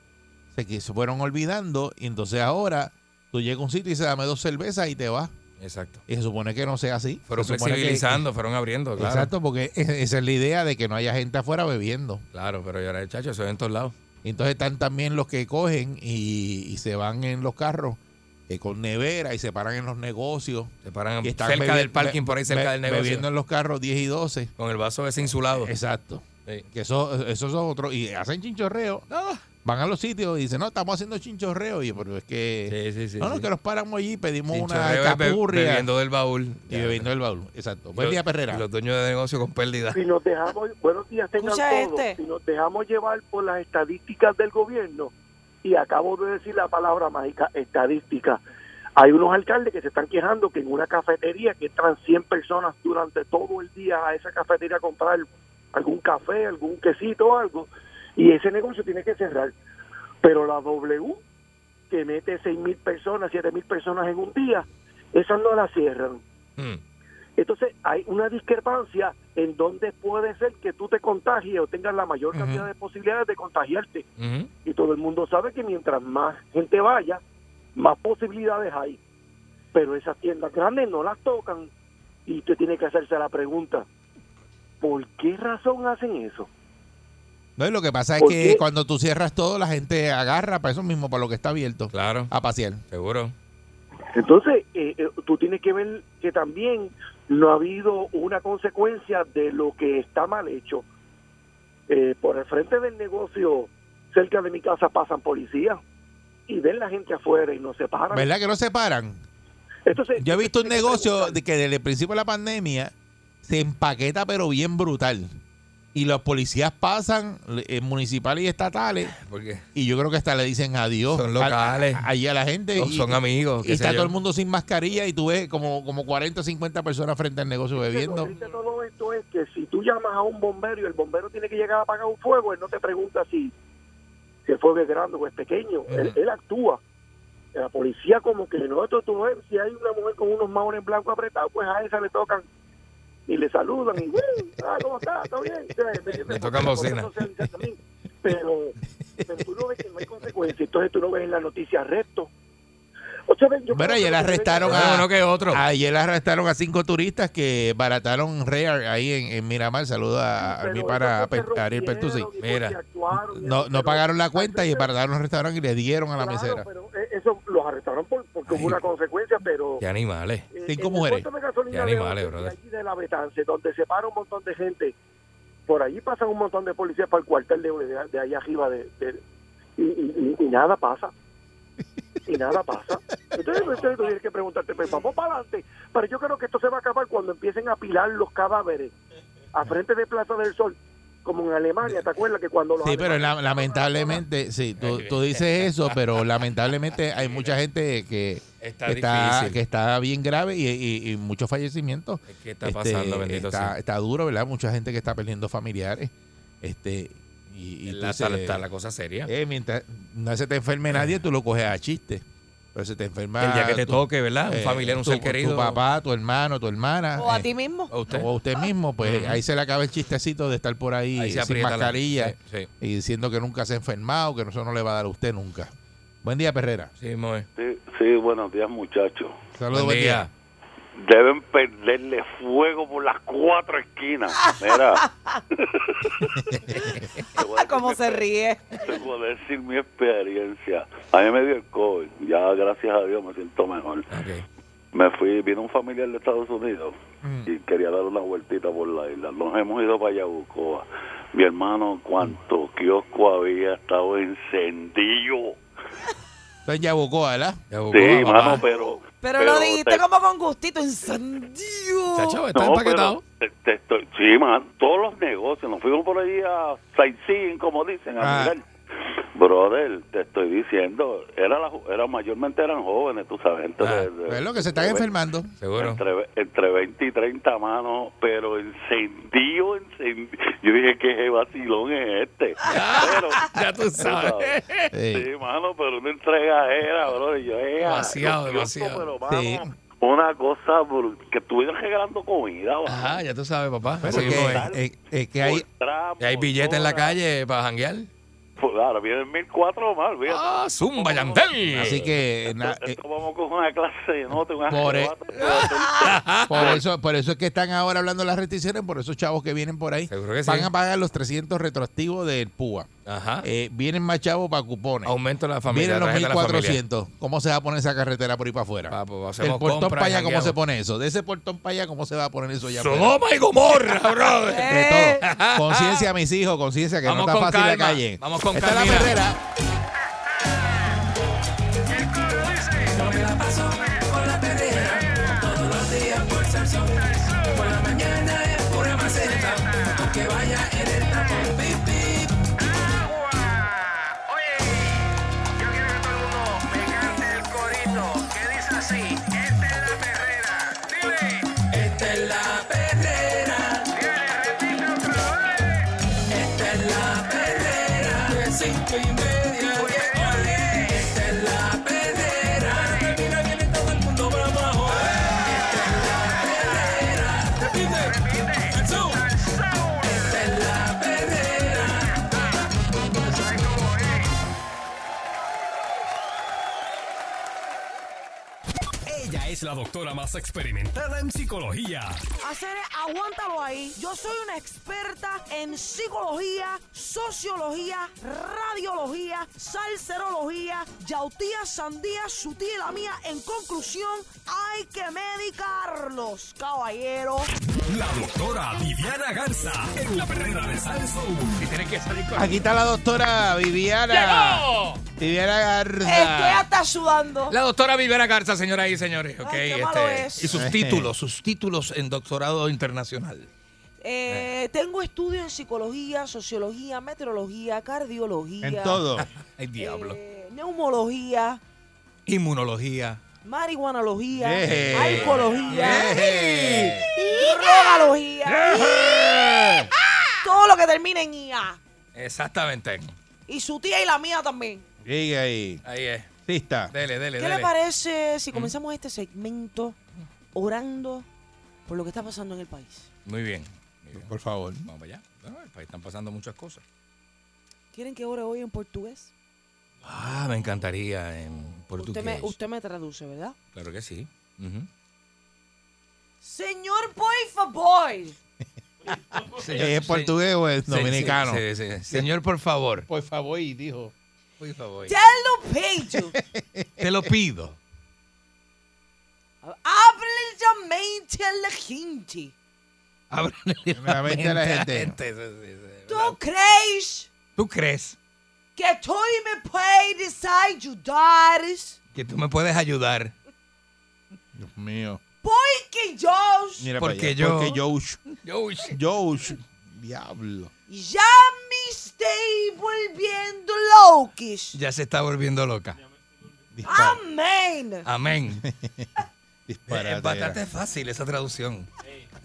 se, qui- se fueron olvidando, y entonces ahora tú llegas a un sitio y se dame dos cervezas y te vas.
exacto.
Y se supone que no sea así.
Fueron
Se supone que- eh,
flexibilizando, fueron abriendo, claro.
Exacto, porque e- esa es la idea de que no haya gente afuera bebiendo.
Claro, pero yo era el chacho, se ve en todos lados.
Y Entonces están también los que cogen y, y se van en los carros eh, con nevera y se paran en los negocios.
Se paran
Y
cerca
están bebi-
del parking,
be-
por ahí cerca
be-
del negocio.
Bebiendo en los carros 10 y 12.
Con el vaso ese insulado.
Exacto.
Sí.
Que eso, eso es otro. Y hacen chinchorreo.
Ah.
Van a los sitios y dicen, no, estamos haciendo chinchorreo. Y pero es que.
Sí, sí, sí.
no, no,
sí.
que nos paramos allí, pedimos
Chinchorreo
una
es be-
capurria.
Bebiendo del baúl.
y bebiendo el baúl. Exacto. Buen
Los-
día, Perrera.
Los dueños de negocio con pérdida.
si nos dejamos, buenos días tengan
Escucha
todos,
este.
si nos dejamos llevar por las estadísticas del gobierno, y acabo de decir la palabra mágica, estadística, hay unos alcaldes que se están quejando que en una cafetería que entran 100 personas durante todo el día a esa cafetería a comprar algún café, algún quesito o algo, y ese negocio tiene que cerrar. Pero la W, que mete 6.000 personas, 7.000 personas en un día, esas no las cierran.
Mm.
Entonces hay una discrepancia en donde puede ser que tú te contagies o tengas la mayor cantidad de posibilidades de contagiarte.
Ujú.
Y todo el mundo sabe que mientras más gente vaya, más posibilidades hay. Pero esas tiendas grandes no las tocan y usted tiene que hacerse la pregunta, ¿por qué razón hacen eso?
No, y lo que pasa es
¿Por
que
qué?
cuando tú cierras todo, la gente agarra para eso mismo, para lo que está abierto,
Claro,
a pasear.
seguro.
Entonces, eh, eh, tú tienes que ver que también no ha habido una consecuencia de lo que está mal hecho. Eh, por el frente del negocio, cerca de mi casa pasan policías y ven la gente afuera y no se paran.
¿Verdad que no se paran?
Entonces,
Yo he visto un
tienes que
negocio
preguntar,
de que desde el principio de la pandemia se empaqueta, pero bien brutal. Y los policías pasan, eh, municipales y estatales,
Porque
y yo creo que hasta le dicen adiós.
Son
a-
locales.
a- allí a la gente.
todos
y,
son amigos.
y
qué sé
está
yo.
todo el mundo sin mascarilla y tú ves como, como 40 o 50 personas frente al negocio
Lo
bebiendo.
triste de todo esto es que si tú llamas a un bombero y el bombero tiene que llegar a apagar un fuego, él no te pregunta si, si el fuego es grande o es pequeño. él, él actúa. La policía como que no, esto tú ves, si hay una mujer con unos maones blancos apretados, pues a esa le tocan y le saludan y, "Güey, ah, ¿cómo está? ¿Todo bien? Sí, ¿me entiendes?
Le tocan
Por
bocina.
eso se dice también. Pero, pero tú no ves que no hay consecuencias, entonces tú no ves en la noticia arresto. O sea, yo creo
Bueno,
que
ayer
lo que
arrestaron
deben-
a-
Uno, uno que otro.
Ayer arrestaron a cinco turistas que barataron Rare ahí en, en Miramar. Saluda a, a
Pero
mi
eso
para
porque
Ariel Pertusi.
rompieron y porque
Mira,
actuaron y
No,
eso,
no
pero
pagaron la
hay
cuenta y
veces-
barataron el restaurante y le dieron a la
claro,
mesera.
pero, eh, eso los arrestaron por, porque
Ay.
hubo una consecuencia, pero...
Qué animales.
eh,
Cinco
en el
mujeres.
puesto de gasolina
Qué
de
animales,
Ocean,
brother.
allí de la Betance, donde se para un montón de gente. Por allí pasan un montón de policías para el cuartel de, de, de allá arriba. De, de- y, y- y- y nada pasa. Y nada pasa. Entonces, pues, entonces tú tienes que preguntarte, pues vamos para adelante. Pero yo creo que esto se va a acabar cuando empiecen a apilar los cadáveres a frente de Plaza del Sol, como en Alemania. ¿Te acuerdas que cuando los
Sí, pero
alemanes-
la- lamentablemente, sí, tú, tú dices eso, pero lamentablemente hay mucha gente que
Está
que está,
difícil.
que está bien grave y, y- y muchos fallecimientos.
¿Qué está
Este,
pasando, bendito
está,
sea?
está duro, ¿verdad? Mucha gente que está perdiendo familiares. Este, y, y tú
La-
dices,
está- está la cosa seria.
eh, mientras no se te enferme nadie, tú lo coges a chiste. Pero se te enferma.
El día que te
tu-
toque, ¿verdad? Un
eh,
familiar, un
tu-
ser querido.
Tu papá, tu hermano, tu hermana.
O a
eh,
ti mismo.
O usted.
o a usted mismo, pues ahí se le acaba el chistecito de estar por ahí,
Ahí se
sin
aprieta la-
mascarilla
Sí, sí.
y diciendo que nunca se ha enfermado, que eso no le va a dar a usted nunca. Buen día, Perrera.
Sí, Moe.
Sí, sí, buenos días, muchachos.
Saludos,
Buen día.
Deben perderle fuego por las cuatro esquinas. Mira. Te voy a decir
Cómo
mi
se
exper-
ríe.
Te voy a decir mi experiencia. A mí me dio el COVID. Ya, gracias a Dios, me siento mejor.
Ok.
Me fui, vino un familiar de Estados Unidos
Mm.
y quería dar una vueltita por la isla. Nos hemos ido para Yabucoa. Mi hermano, cuánto kiosco había estado encendido.
Está en Yabucoa, ¿verdad?
Ya
Sí,
buscó a
mano,
papá.
pero...
Pero lo
te-
dijiste como con gustito, incendio.
Chacho, está
No,
empaquetado.
pero te- te estoy- sí, man, todos los negocios. Nos fuimos por ahí a sightseeing, como dicen, a
Ah.
mirar. Brother, te estoy diciendo, era la, ju- era mayormente eran jóvenes, tú sabes. Entre,
Ah,
de-
Pues es lo que se están
entre-
enfermando.
Seguro.
Entre, entre 20 y 30 manos, pero encendido, encendido. Yo dije, ¿qué vacilón es este? Pero,
Ya tú sabes.
Sí, mano, pero una entrega era, bro. y Yo era.
Demasiado,
yo,
demasiado.
Pero,
Sí.
mano, Una cosa bru- que estuvieron regalando comida, bro.
Ajá, ya tú sabes, papá.
Pero
Seguimos
que,
ahí.
eh, eh, que hay,
Por tramo,
Y hay billetes en la
horas.
calle para janguear.
Pues, Claro, vienen 1004 más, fíjate.
¡Ah, zumba, Yandel!
así que na-
Esto-
eh,
esto vamos con una clase de nota, una
Por e-
arrebata, que va a ser-
por eso por eso es que están ahora hablando de las restricciones, por esos chavos que vienen por ahí
Seguro que sí.
van a pagar los 300 retroactivos del PUA.
Ajá.
Eh, vienen más chavos para cupones.
Aumento de la familia.
Vienen los
tarjeta de la familia.
1400. ¿Cómo se va a poner esa carretera por ahí para afuera?
Papo,
El
hacemos
portón
compras,
para allá, ¿cómo
jangueamos.
se pone eso? De ese portón para allá, ¿cómo se va a poner eso ya? Pedro?
Sodoma y Gomorra, brother.
De
Eh.
todo. Conciencia, mis hijos, conciencia, que
Vamos
no está
con
fácil
calma,
la calle.
vamos con
Esta
calma.
es la perrera.
Ella es la doctora más experimentada en psicología.
Hacer, aguántalo ahí. Yo soy una experta en psicología, sociología, radiología, salserología, yautía, sandía, su tía y la mía. En conclusión, hay que medicarlos, caballero.
La doctora Viviana Garza en la perrera de Salsoul.
Aquí está la doctora Viviana. Viviana
Estoy
Garza.
hasta sudando.
La doctora Viviana Garza, señoras y señores. ok, este,
Ay, qué malo es.
Y sus títulos, sus títulos en doctorado internacional.
Eh, tengo estudio en psicología, sociología, meteorología, cardiología.
En
eh,
todo.
Ay, diablo.
eh, neumología,
Inmunología.
marihuanología,
Eh.
alcohología,
Eh.
drogalogía. Todo lo que termina en IA.
Exactamente.
Y su tía y la mía también.
Llega ahí.
Ahí es.
Lista.
Dele, dele,
¿Qué
dele.
le parece si comenzamos este segmento orando por lo que está pasando en el país?
Muy bien. Muy bien.
Por favor.
Vamos para allá. Bueno, el país están pasando muchas cosas.
¿Quieren que ore hoy en portugués?
Ah, me encantaría en
Usted
portugués.
me, usted me traduce, ¿verdad?
Claro que sí. Ujú.
Señor, por favor.
Señor-
¿Es
se-
portugués o Eh, es
se-
dominicano?
se- se- se- Eh, Señor, por favor.
Por favor, y dijo.
Por favor.
Ya lo pecho.
Te lo pido.
Hable la mente a la gente.
Ábrele
La mente a la gente.
Sí, sí, sí.
¿Tú crees
¿Tú crees
que tú me puedes ayudar?
que tú me puedes ayudar?
Dios mío.
Porque yo
Mira
Porque
para allá,
yo-
Porque Josh.
Yo,
Josh. Diablo.
ya me estoy volviendo locos.
ya se está volviendo loca.
Ah.
Dispara,
Amén.
Amén. Es
disparatera.
bastante fácil esa traducción.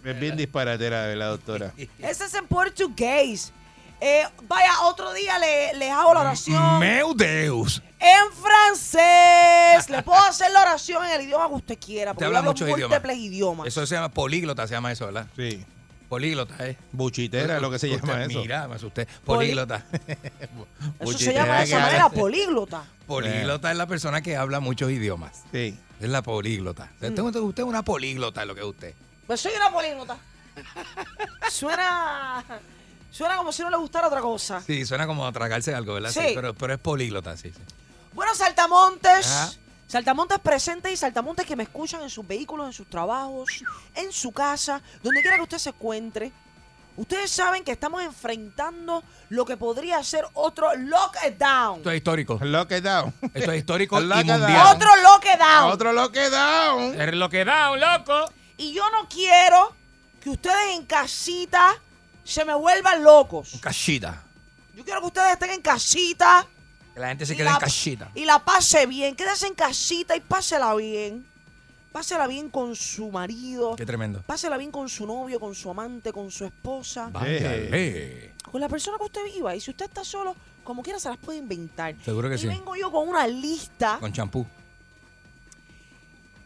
Es bien disparatera de la doctora.
Ese es en portugués. Eh, vaya, otro día le, les hago la oración
Meu Deus.
en francés. Le puedo hacer la oración en el idioma que usted quiera. Porque
habla
yo hablo
muchos
múltiples idiomas.
Eso se llama políglota, se llama eso, ¿verdad?
Sí.
Políglota, ¿eh?
Buchitera es lo que se
Usted-
llama eso.
Mira, me asusté. Políglota.
Eso se
Buchitera
llama de
que
esa
hace-
manera políglota.
Políglota es la persona que habla muchos idiomas.
Sí.
Es la políglota.
Mm.
Usted, usted es una políglota, es lo que es usted.
Pues soy una políglota. Suena. Suena como si no le gustara otra cosa.
Sí, suena como a tragarse algo, ¿verdad?
Sí.
pero, pero es políglota, sí. sí.
Bueno, saltamontes.
Ajá.
Saltamontes presentes y saltamontes que me escuchan en sus vehículos, en sus trabajos, en su casa, donde quiera que usted se encuentre. Ustedes saben que estamos enfrentando lo que podría ser otro lockdown.
Esto es histórico.
Lock it down.
Esto es histórico y
Loca, da.
mundial.
Otro lockdown.
Otro lock it down.
Es lo que da, un loco.
Y yo no quiero que ustedes en casita se me vuelvan locos.
Cachita.
Yo quiero que ustedes estén en casita.
Que la gente se
y
quede en cachita.
Y la pase bien. Quédese en casita y pásela bien. Pásela bien con su marido.
Qué tremendo.
Pásela bien con su novio, con su amante, con su esposa,
Váyale.
con la persona que usted viva. Y si usted está solo, como quiera se las puede inventar.
Seguro que
y
sí.
vengo yo con una lista.
Con champú.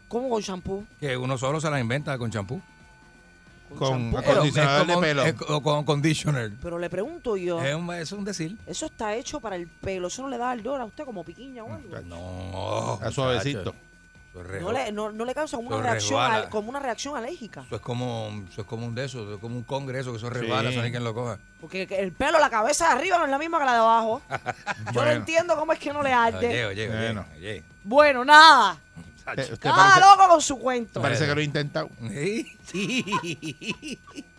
¿Cómo con shampoo?
Que uno solo se la inventa con champú.
Con
shampoo.
Pero
Pero,
es
acondicionador de
como-
pelo.
es co- con conditioner.
pero le pregunto yo,
Es un, es un decir.
eso está hecho para el pelo. Eso no le da ardor a usted como piquiña o algo.
No.
Está suavecito.
Eso es re-
No le, no, no le causa como una,
Eso
reacción
resbala.
al- como una reacción alérgica.
Eso es como, eso es como un de esos, eso es como un congreso que eso resbala, eso no hay quien lo coja.
Porque el pelo, la cabeza de arriba no es la misma que la de abajo. Yo no
Bueno.
entiendo cómo es que no le arde.
Oye, oye, oye,
Bueno.
oye.
Bueno, nada.
Usted usted
Cada
parece,
loco con su cuento.
parece que lo he intentado.
Ey,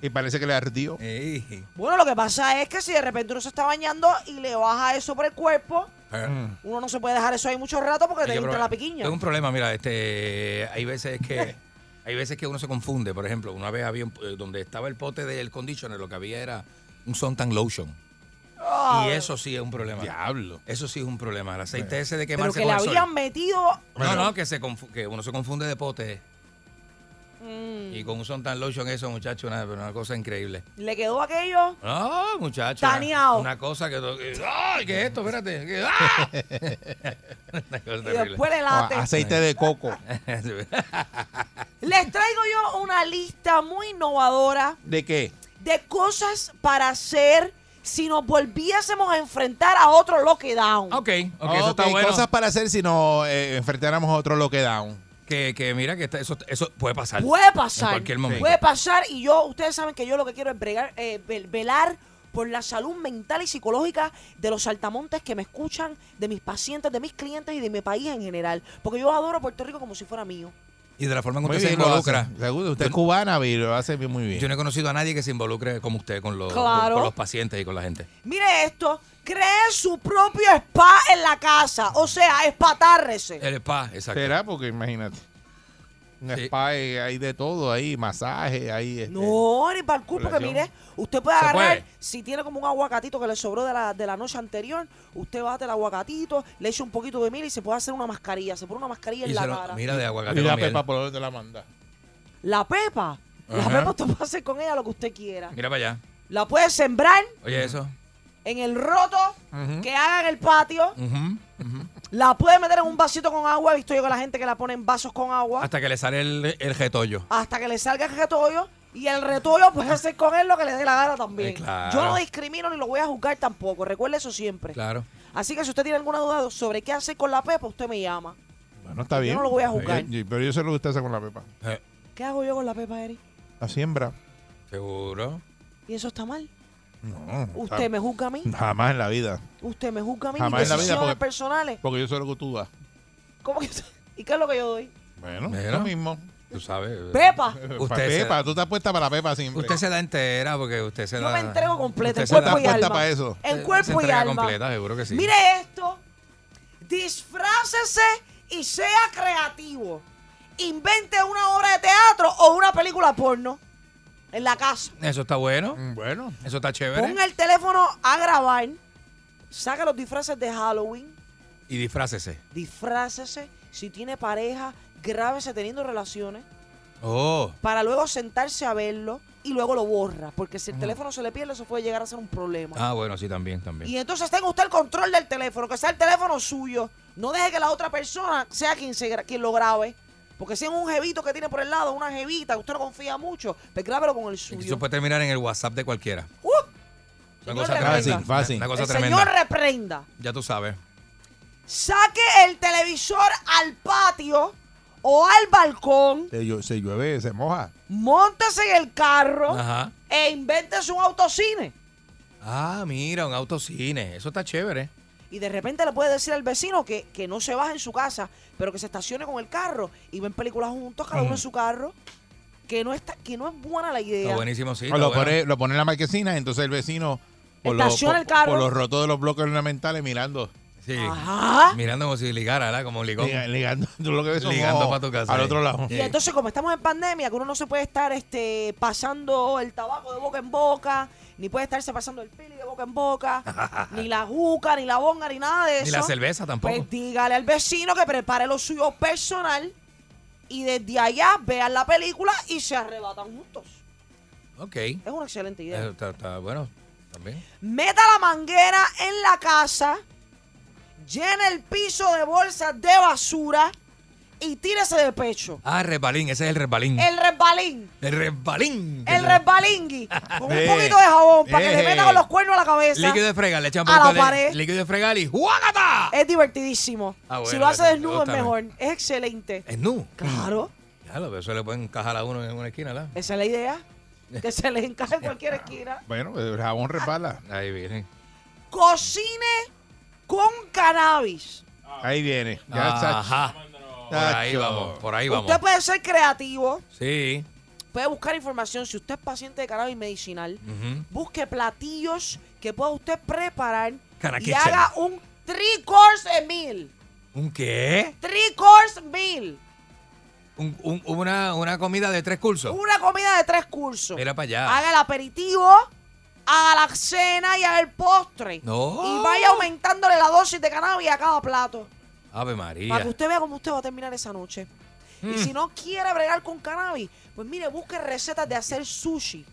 Y parece que le ardió.
ey.
Bueno, lo que pasa es que si de repente uno se está bañando y le baja eso por el cuerpo,
Mm.
Ah.
uno no se puede dejar eso ahí mucho rato porque te
Hay que
entra
probar.
la piquiña.
Tengo un problema, mira, este, hay veces que, hay veces que uno se confunde. Por ejemplo, una vez había un- eh, donde estaba el pote del conditioner, lo que había era un suntan lotion. Y eso sí es un problema.
Diablo.
Eso sí es un problema. El aceite ese de
Pero
quemarse
que le
con el
habían
sol.
metido.
No, no, que, se confu- que uno se confunde de pote.
mm,
Y con un suntan lotion eso, muchacho, una, una cosa increíble.
Le quedó aquello.
No, muchacho. una-
Taneado.
Una cosa que... que- ¡Ay, qué es esto! Espérate. que- ¡ah! una cosa
Y
terrible.
después le
Ah,
late.
aceite de coco.
Les traigo yo una lista muy innovadora
¿De qué?
de cosas para hacer si nos volviésemos a enfrentar a otro lockdown.
ok, ok, eso está
Ok,
bueno.
cosas para hacer si nos eh, enfrentáramos a otro lock it down.
Que, que mira que está- eso, eso puede pasar.
Puede pasar.
En cualquier momento.
Puede pasar y yo, ustedes saben que yo lo que quiero es bregar- eh, vel- velar por la salud mental y psicológica de los saltamontes que me escuchan, de mis pacientes, de mis clientes y de mi país en general. Porque yo adoro Puerto Rico como si fuera mío.
Y de la forma en que
Muy
usted se
bien, lo
involucra.
hace. Seguro, usted
Yo-
es cubana, y lo hace bien muy bien.
Yo no he conocido a nadie que se involucre como usted con los,
Claro.
con los pacientes y con la gente.
Mire esto, cree su propio spa en la casa. O sea, espatárrese.
El spa, exacto.
Será porque imagínate. Un
Sí.
spa eh, hay de todo, hay masaje, hay este,
No, ni para el culo, porque
Población.
mire, usted puede
Se
agarrar,
puede.
si tiene como un aguacatito que le sobró de la, de la noche anterior, usted bate el aguacatito, le echa un poquito de miel y se puede hacer una mascarilla, se pone una mascarilla
Y
en la
se lo-
cara.
mira de aguacate
y la
con miel.
pepa por donde la manda.
La pepa, la
Ajá.
pepa usted puede hacer con ella lo que usted quiera.
Mira para allá.
La puede sembrar
Oye, eso.
en el roto que haga en el patio,
Ujú.
la puede meter en un vasito con agua, he visto yo que la gente que la pone en vasos con agua, hasta,
Hasta que le sale el, el jetollo.
que le salga el retollo. Y el retollo puede hacer con él lo que le dé la gana también.
Eh, claro.
Yo no discrimino ni lo voy a juzgar tampoco. Recuerde eso siempre.
Claro.
Así que si usted tiene alguna duda sobre qué hacer con la pepa, usted me llama.
Bueno, está bien.
no lo voy a juzgar.
Yo- yo- pero yo sé lo que usted hace con la pepa.
Eh,
¿Qué hago yo con la pepa, Eri?
La siembra.
Seguro.
¿Y eso está mal?
No,
¿Usted me juzga a mí?
Jamás en la vida.
¿Usted me juzga a mí? mis
Jamás en la vida,
decisiones
porque-
personales?
Porque yo sé lo que tú das.
¿Cómo que- ¿Y qué es lo que yo doy?
Bueno,
Mira.
lo mismo.
Tú sabes.
Pepa.
Eh,
Usted
pa'
se-
Pepa, tú estás puesta para Pepa siempre.
Usted se da entera porque usted se
Yo
da.
me entrego completa, en
Usted se
cuerpo
da
y
cuenta
alma.
para eso.
En
se
cuerpo y
entrega
alma.
completa, seguro que sí.
Mire esto. Disfrácese y sea creativo. Invente una obra de teatro o una película porno en la casa.
Eso está bueno.
Mm, Bueno,
Eso está chévere.
Ponga el teléfono a grabar. Saca los disfraces de Halloween.
Y disfrácese.
Disfrácese. Si tiene pareja, grábese teniendo relaciones.
Oh.
Para luego sentarse a verlo y luego lo borra. Porque si el teléfono se le pierde, eso puede llegar a ser un problema.
Ah, bueno, sí, también, también.
Y entonces tenga usted el control del teléfono, que sea el teléfono suyo. No deje que la otra persona sea quien, se gra- quien lo grabe. Porque si es un jevito que tiene por el lado, una jevita, que usted no confía mucho, pues grábelo con el suyo.
Eso puede terminar en el WhatsApp de cualquiera.
¡Uh!
Una
Señor,
cosa
reprenda.
Fácil, fácil.
Una cosa
el
tremenda.
señor reprenda.
Ya tú sabes.
Saque el televisor al patio o al balcón,
se, llo- se llueve, se moja.
móntese en el carro
Ajá.
e invéntese un autocine.
Ah, mira, un autocine. Eso está chévere.
Y de repente le puede decir al vecino que, que no se baje en su casa, pero que se estacione con el carro y ven películas juntos, cada uno en su carro. Que no, está, que no es buena la idea.
Mm. Está buenísimo, sí.
O
está
Pues lo,
bueno.
pone, lo pone en la marquesina, entonces el vecino por, los-
Estaciona el
por-
carro.
por los rotos de los bloques ornamentales mirando.
Sí.
Ajá.
Mirando como si ligara, ¿verdad? Como ligó.
Liga- ligando, tú lo que ves son
Ligando
ojos
pa' tu casa,
Al
ahí.
otro lado.
eh.
Y entonces, como estamos en pandemia, que uno no se puede estar este, pasando el tabaco de boca en boca, ni puede estarse pasando el pili de boca en boca, ni la juca, ni la bonga, ni nada de eso.
Ni la cerveza tampoco.
Pues dígale al vecino que prepare lo suyo personal y desde allá vean la película y se arrebatan juntos.
ok.
Es una excelente idea.
Eso está, está bueno también.
Meta la manguera en la casa, llena el piso de bolsas de basura y tírese de pecho.
Ah, resbalín. Ese es el resbalín.
El resbalín,
El resbalín.
el resbalingui, con un
Eh,
poquito de jabón para que le
eh.
meta con los cuernos a la cabeza.
Líquido de fregar, le echan
A la
poquito de-
pared. Eh.
Líquido de fregar y ¡juágata!
Es divertidísimo.
Ah, bueno,
si lo hace
me
desnudo es
gusta, me-
mejor. Es excelente.
Es nu.
Claro,
Ya lo veo, eso le pueden encajar a uno en una esquina, ¿verdad?
esa es la idea. Que se les encaje en cualquier esquina.
Bueno, pues, el jabón resbala.
Ahí viene.
Cocine con cannabis.
Ahí viene. Ya está.
Ajá. Por ahí
Chacho.
vamos, por ahí vamos.
Usted puede ser creativo,
Sí.
puede buscar información. Si usted es paciente de cannabis medicinal,
Ujú.
busque platillos que pueda usted preparar
Cana
y
kitchen.
haga un three course meal.
¿Un qué?
Three course meal.
Un- un- una, una comida de tres cursos.
Una comida de tres cursos.
Mira para allá.
Haga el aperitivo, haga la cena y haga el postre.
No.
Y vaya aumentándole la dosis de cannabis a cada plato.
Ave María.
Para que usted vea cómo usted va a terminar esa noche.
Mm.
Y si no quiere bregar con cannabis, pues mire, busque recetas de hacer sushi.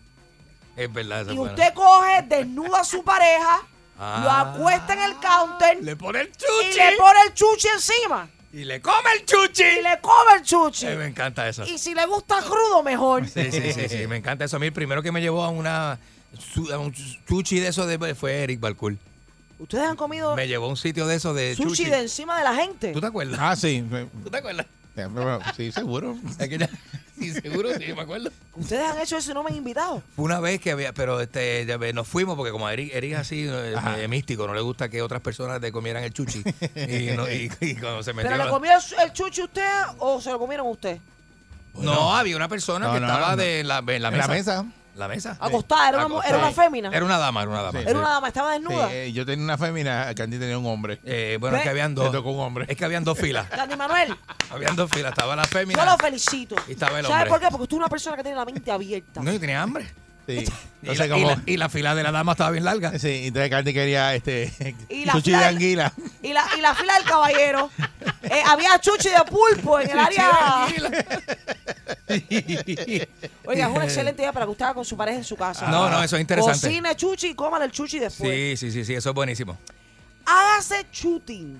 Es verdad, esa
Y
es buena.
usted coge, desnuda a su pareja, lo
Ah.
acuesta en el counter
Le pone el
y
chuchi.
le pone el chuchi encima.
Y le come el chuchi.
Y le come el chuchi.
Eh, me encanta eso.
Y si le gusta crudo, mejor.
Sí, sí, sí, sí, me encanta eso. A mí el primero que me llevó a una su- a un chuchi de eso de, fue Eric Balcour.
Ustedes han comido
Me llevó a un sitio de eso de
sushi de encima de la gente.
¿Tú te acuerdas?
Ah, sí.
¿Tú te acuerdas?
Eh, bueno, Sí, seguro.
Aquella- sí, seguro, sí, me acuerdo.
Ustedes han hecho eso y no me han invitado.
Fue una vez que había, pero este, ya ve, nos fuimos porque como Eric, Eric es así, eh, eh, místico, no le gusta que otras personas le comieran el chuchi. y, no- y- y cuando se metió...
¿Pero le
la-
comió el, el chuchi usted o se lo comieron usted?
No, había una persona
No,
que
no,
estaba
no.
de la, en la
En la
mesa.
mesa.
La mesa.
Acostada, era una, mu- era una
Sí.
fémina.
Era una dama, era una dama.
Sí.
Era una dama, estaba desnuda.
Sí, eh, yo tenía una fémina, Candy tenía un hombre.
Eh, bueno, es que habían
Le
dos.
tocó un hombre.
Es que habían dos filas.
Candy Manuel,
habían dos filas. Estaba la fémina.
yo lo felicito.
Y estaba el
¿Sabes
hombre.
por qué? Porque usted es una persona que tiene la mente abierta.
No, y tenía hambre.
Sí.
Y
Entonces,
la, y
como.
la- y la fila de la dama estaba bien larga.
Sí, entonces Candy quería este.
Y la
Sushi de
fila-
anguila.
Y la, y la fila del caballero. Eh, había chuchi de pulpo en el área. Oiga, es una excelente idea para que usted haga con su pareja en su casa.
No, no, eso es interesante.
Cocine chuchi y cómale el chuchi después.
Sí, sí, sí, sí, eso es buenísimo.
Hágase shooting.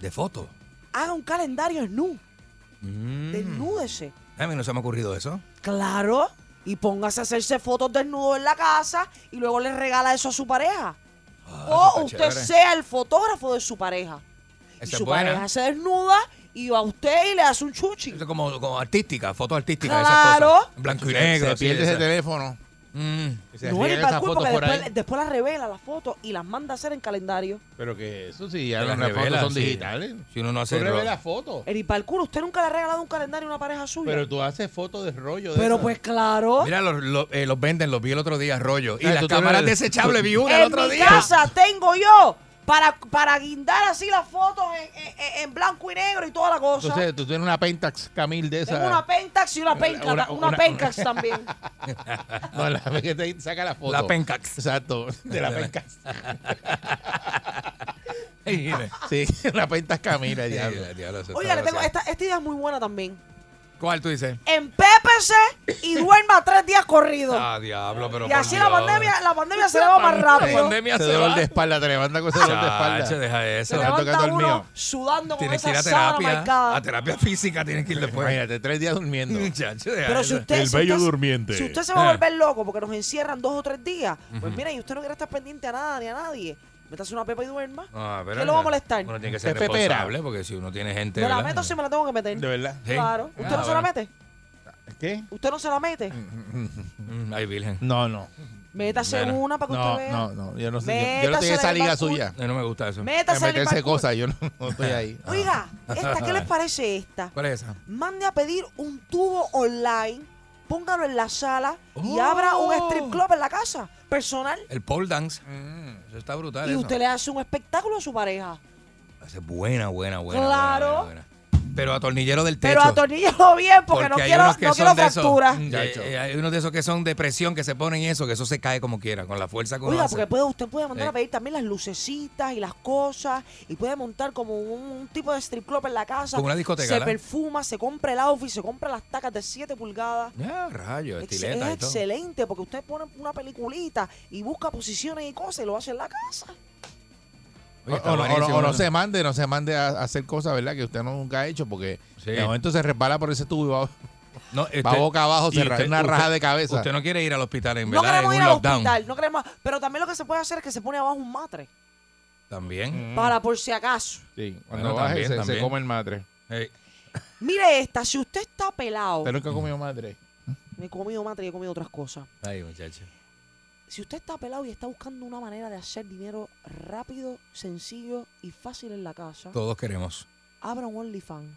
De foto.
Haga un calendario snu.
Mm.
Desnúdese.
A mí no se me ha ocurrido eso.
Claro. Y póngase a hacerse fotos desnudo en la casa y luego le regala eso a su pareja.
eso
o
está
usted
Ah, chévere.
sea el fotógrafo de su pareja. Y
Esa es
su
buena.
pareja se desnuda y va a usted y le hace un chuchi.
Eso es como, como artística, fotos artísticas.
Claro.
Esas cosas. En Blanco y negro.
Se
así,
pierde
esa- Mm.
ese teléfono. se
no, ni
riegan
para
esas
el culo,
fotos
porque
por
después,
ahí.
después las revela las fotos y las manda a hacer en calendario.
Pero que eso sí, ya
Se
las
las
fotos
revelan,
son
sí.
digitales.
Si uno no hace
Tú
ro-
revelas fotos,
El para el culo, usted nunca le ha regalado un calendario a una pareja suya.
pero tú haces fotos de rollo. De
Pero
esas.
pues claro.
Mira, los, los- eh, los venden, los vi el otro día, rollo. Y
Ah,
las
tú
cámaras
tienes-
desechables vi una el
en
otro
mi
día.
casa tengo yo para, para guindar así las fotos en, en- en blanco y negro y toda la cosa.
Entonces tú tienes una Pentax Camil de esas.
tengo una Pentax y una Pentax, una,
una- una-
Pentax también.
No, la vez que te saca la foto.
La Pencax.
Exacto, de la Pentax.
Oye,
Sí, una Pentax Camila, diablo.
Oiga, le tengo, esta, esta idea es muy buena también.
¿Cuál tú dices?
Empépese y duerma tres días corridos.
Ah, diablo, pero
y
por
así la
Dios.
pandemia, la pandemia se le va más
La
rápido.
pandemia
Ese
se
dolor
va.
de espalda, te levanta con ese dolor de
Chacho,
espalda.
deja
Se
eso.
Te va
levanta
tocando el
uno
mío.
sudando con
Tienes que ir
esa Oh
a
sábana
terapia.
marcada.
A terapia física tienes que ir después.
Imagínate, tres días durmiendo.
Chacho, deja
Pero
eso.
si usted,
El
si
bello
usted-
durmiente.
Si usted se va a
Ah.
volver loco porque nos encierran dos o tres días, pues mira, y usted no quiere estar pendiente a nada ni a nadie, métase una pepa y duerma.
Ah, pero
¿Qué lo va a
ya,
molestar?
Uno tiene que ser
Pepe Pera.
responsable porque si uno tiene gente.
¿Me la
¿verdad?
meto si me la tengo que meter?
De verdad.
Sí.
Claro.
Ah,
¿Usted no se la
bueno.
mete?
¿Qué?
¿Usted no se la mete?
Mm, Ay, virgen.
No, no.
Métase
Bueno.
una para que
No,
usted vea.
no, no. Yo no sé. Yo, yo no
Métasela
estoy
en
en esa
el
liga
backwood.
suya.
Eh, No me gusta eso.
A
Métase en el
meterse
barco.
cosas, yo no, no estoy ahí. Ah.
Oiga, esta, ¿qué les parece esta?
¿Cuál es esa?
Mande a pedir un tubo online, póngalo en la sala y abra un
Oh.
strip club en la casa, personal.
El pole dance. Mm, eso está brutal.
Y
eso.
usted le hace un espectáculo a su pareja.
Esa es buena, buena, buena.
Claro.
buena, buena, buena. Pero atornillero del techo.
Pero atornillelo bien porque, no
hay
quiero,
unos que
no
son
quiero
de esos-
fracturas.
Mm, ya, eh, eh, hay unos de esos que son de presión, que se ponen y eso, que eso se cae como quiera, con la fuerza que uno
Oiga,
hace. Eh.
porque puede, usted puede mandar
Sí.
a pedir también las lucecitas y las cosas y puede montar como un, un tipo de strip club en la casa.
Como una discoteca,
Se
¿verdad?
perfuma, se compra el outfit, se compra las tacas de 7 pulgadas.
Ah, rayos,
Ex-
estiletas
es
y todo.
excelente porque usted pone una peliculita y busca posiciones y cosas y lo hace en la casa.
O,
Oye,
o
está
no- o no-
buenísimo,
o no
¿no?
se mande, no se mande a, a hacer cosas, ¿verdad? Que usted nunca ha hecho, porque
Sí.
de momento se resbala por ese tubo y va,
No,
va
usted-
boca abajo,
y
se raja
usted-
una raja
usted-
de cabeza.
Usted no quiere ir al hospital en
No
verdad,
queremos
en
ir
un
al
lockdown.
hospital, no queremos. Pero también lo que se puede hacer es que se pone abajo un matre
También.
para por si acaso.
sí, cuando
Bueno,
baje
también,
se, se
también.
come el madre.
Mm.
Ey,
Mire esta, si usted está pelado,
Usted nunca ha comido madre.
me he comido matre y he comido otras cosas.
Ay, muchacho.
Si usted está pelado y está buscando una manera de hacer dinero rápido, sencillo y fácil en la casa,
Todos queremos.
abra un OnlyFans.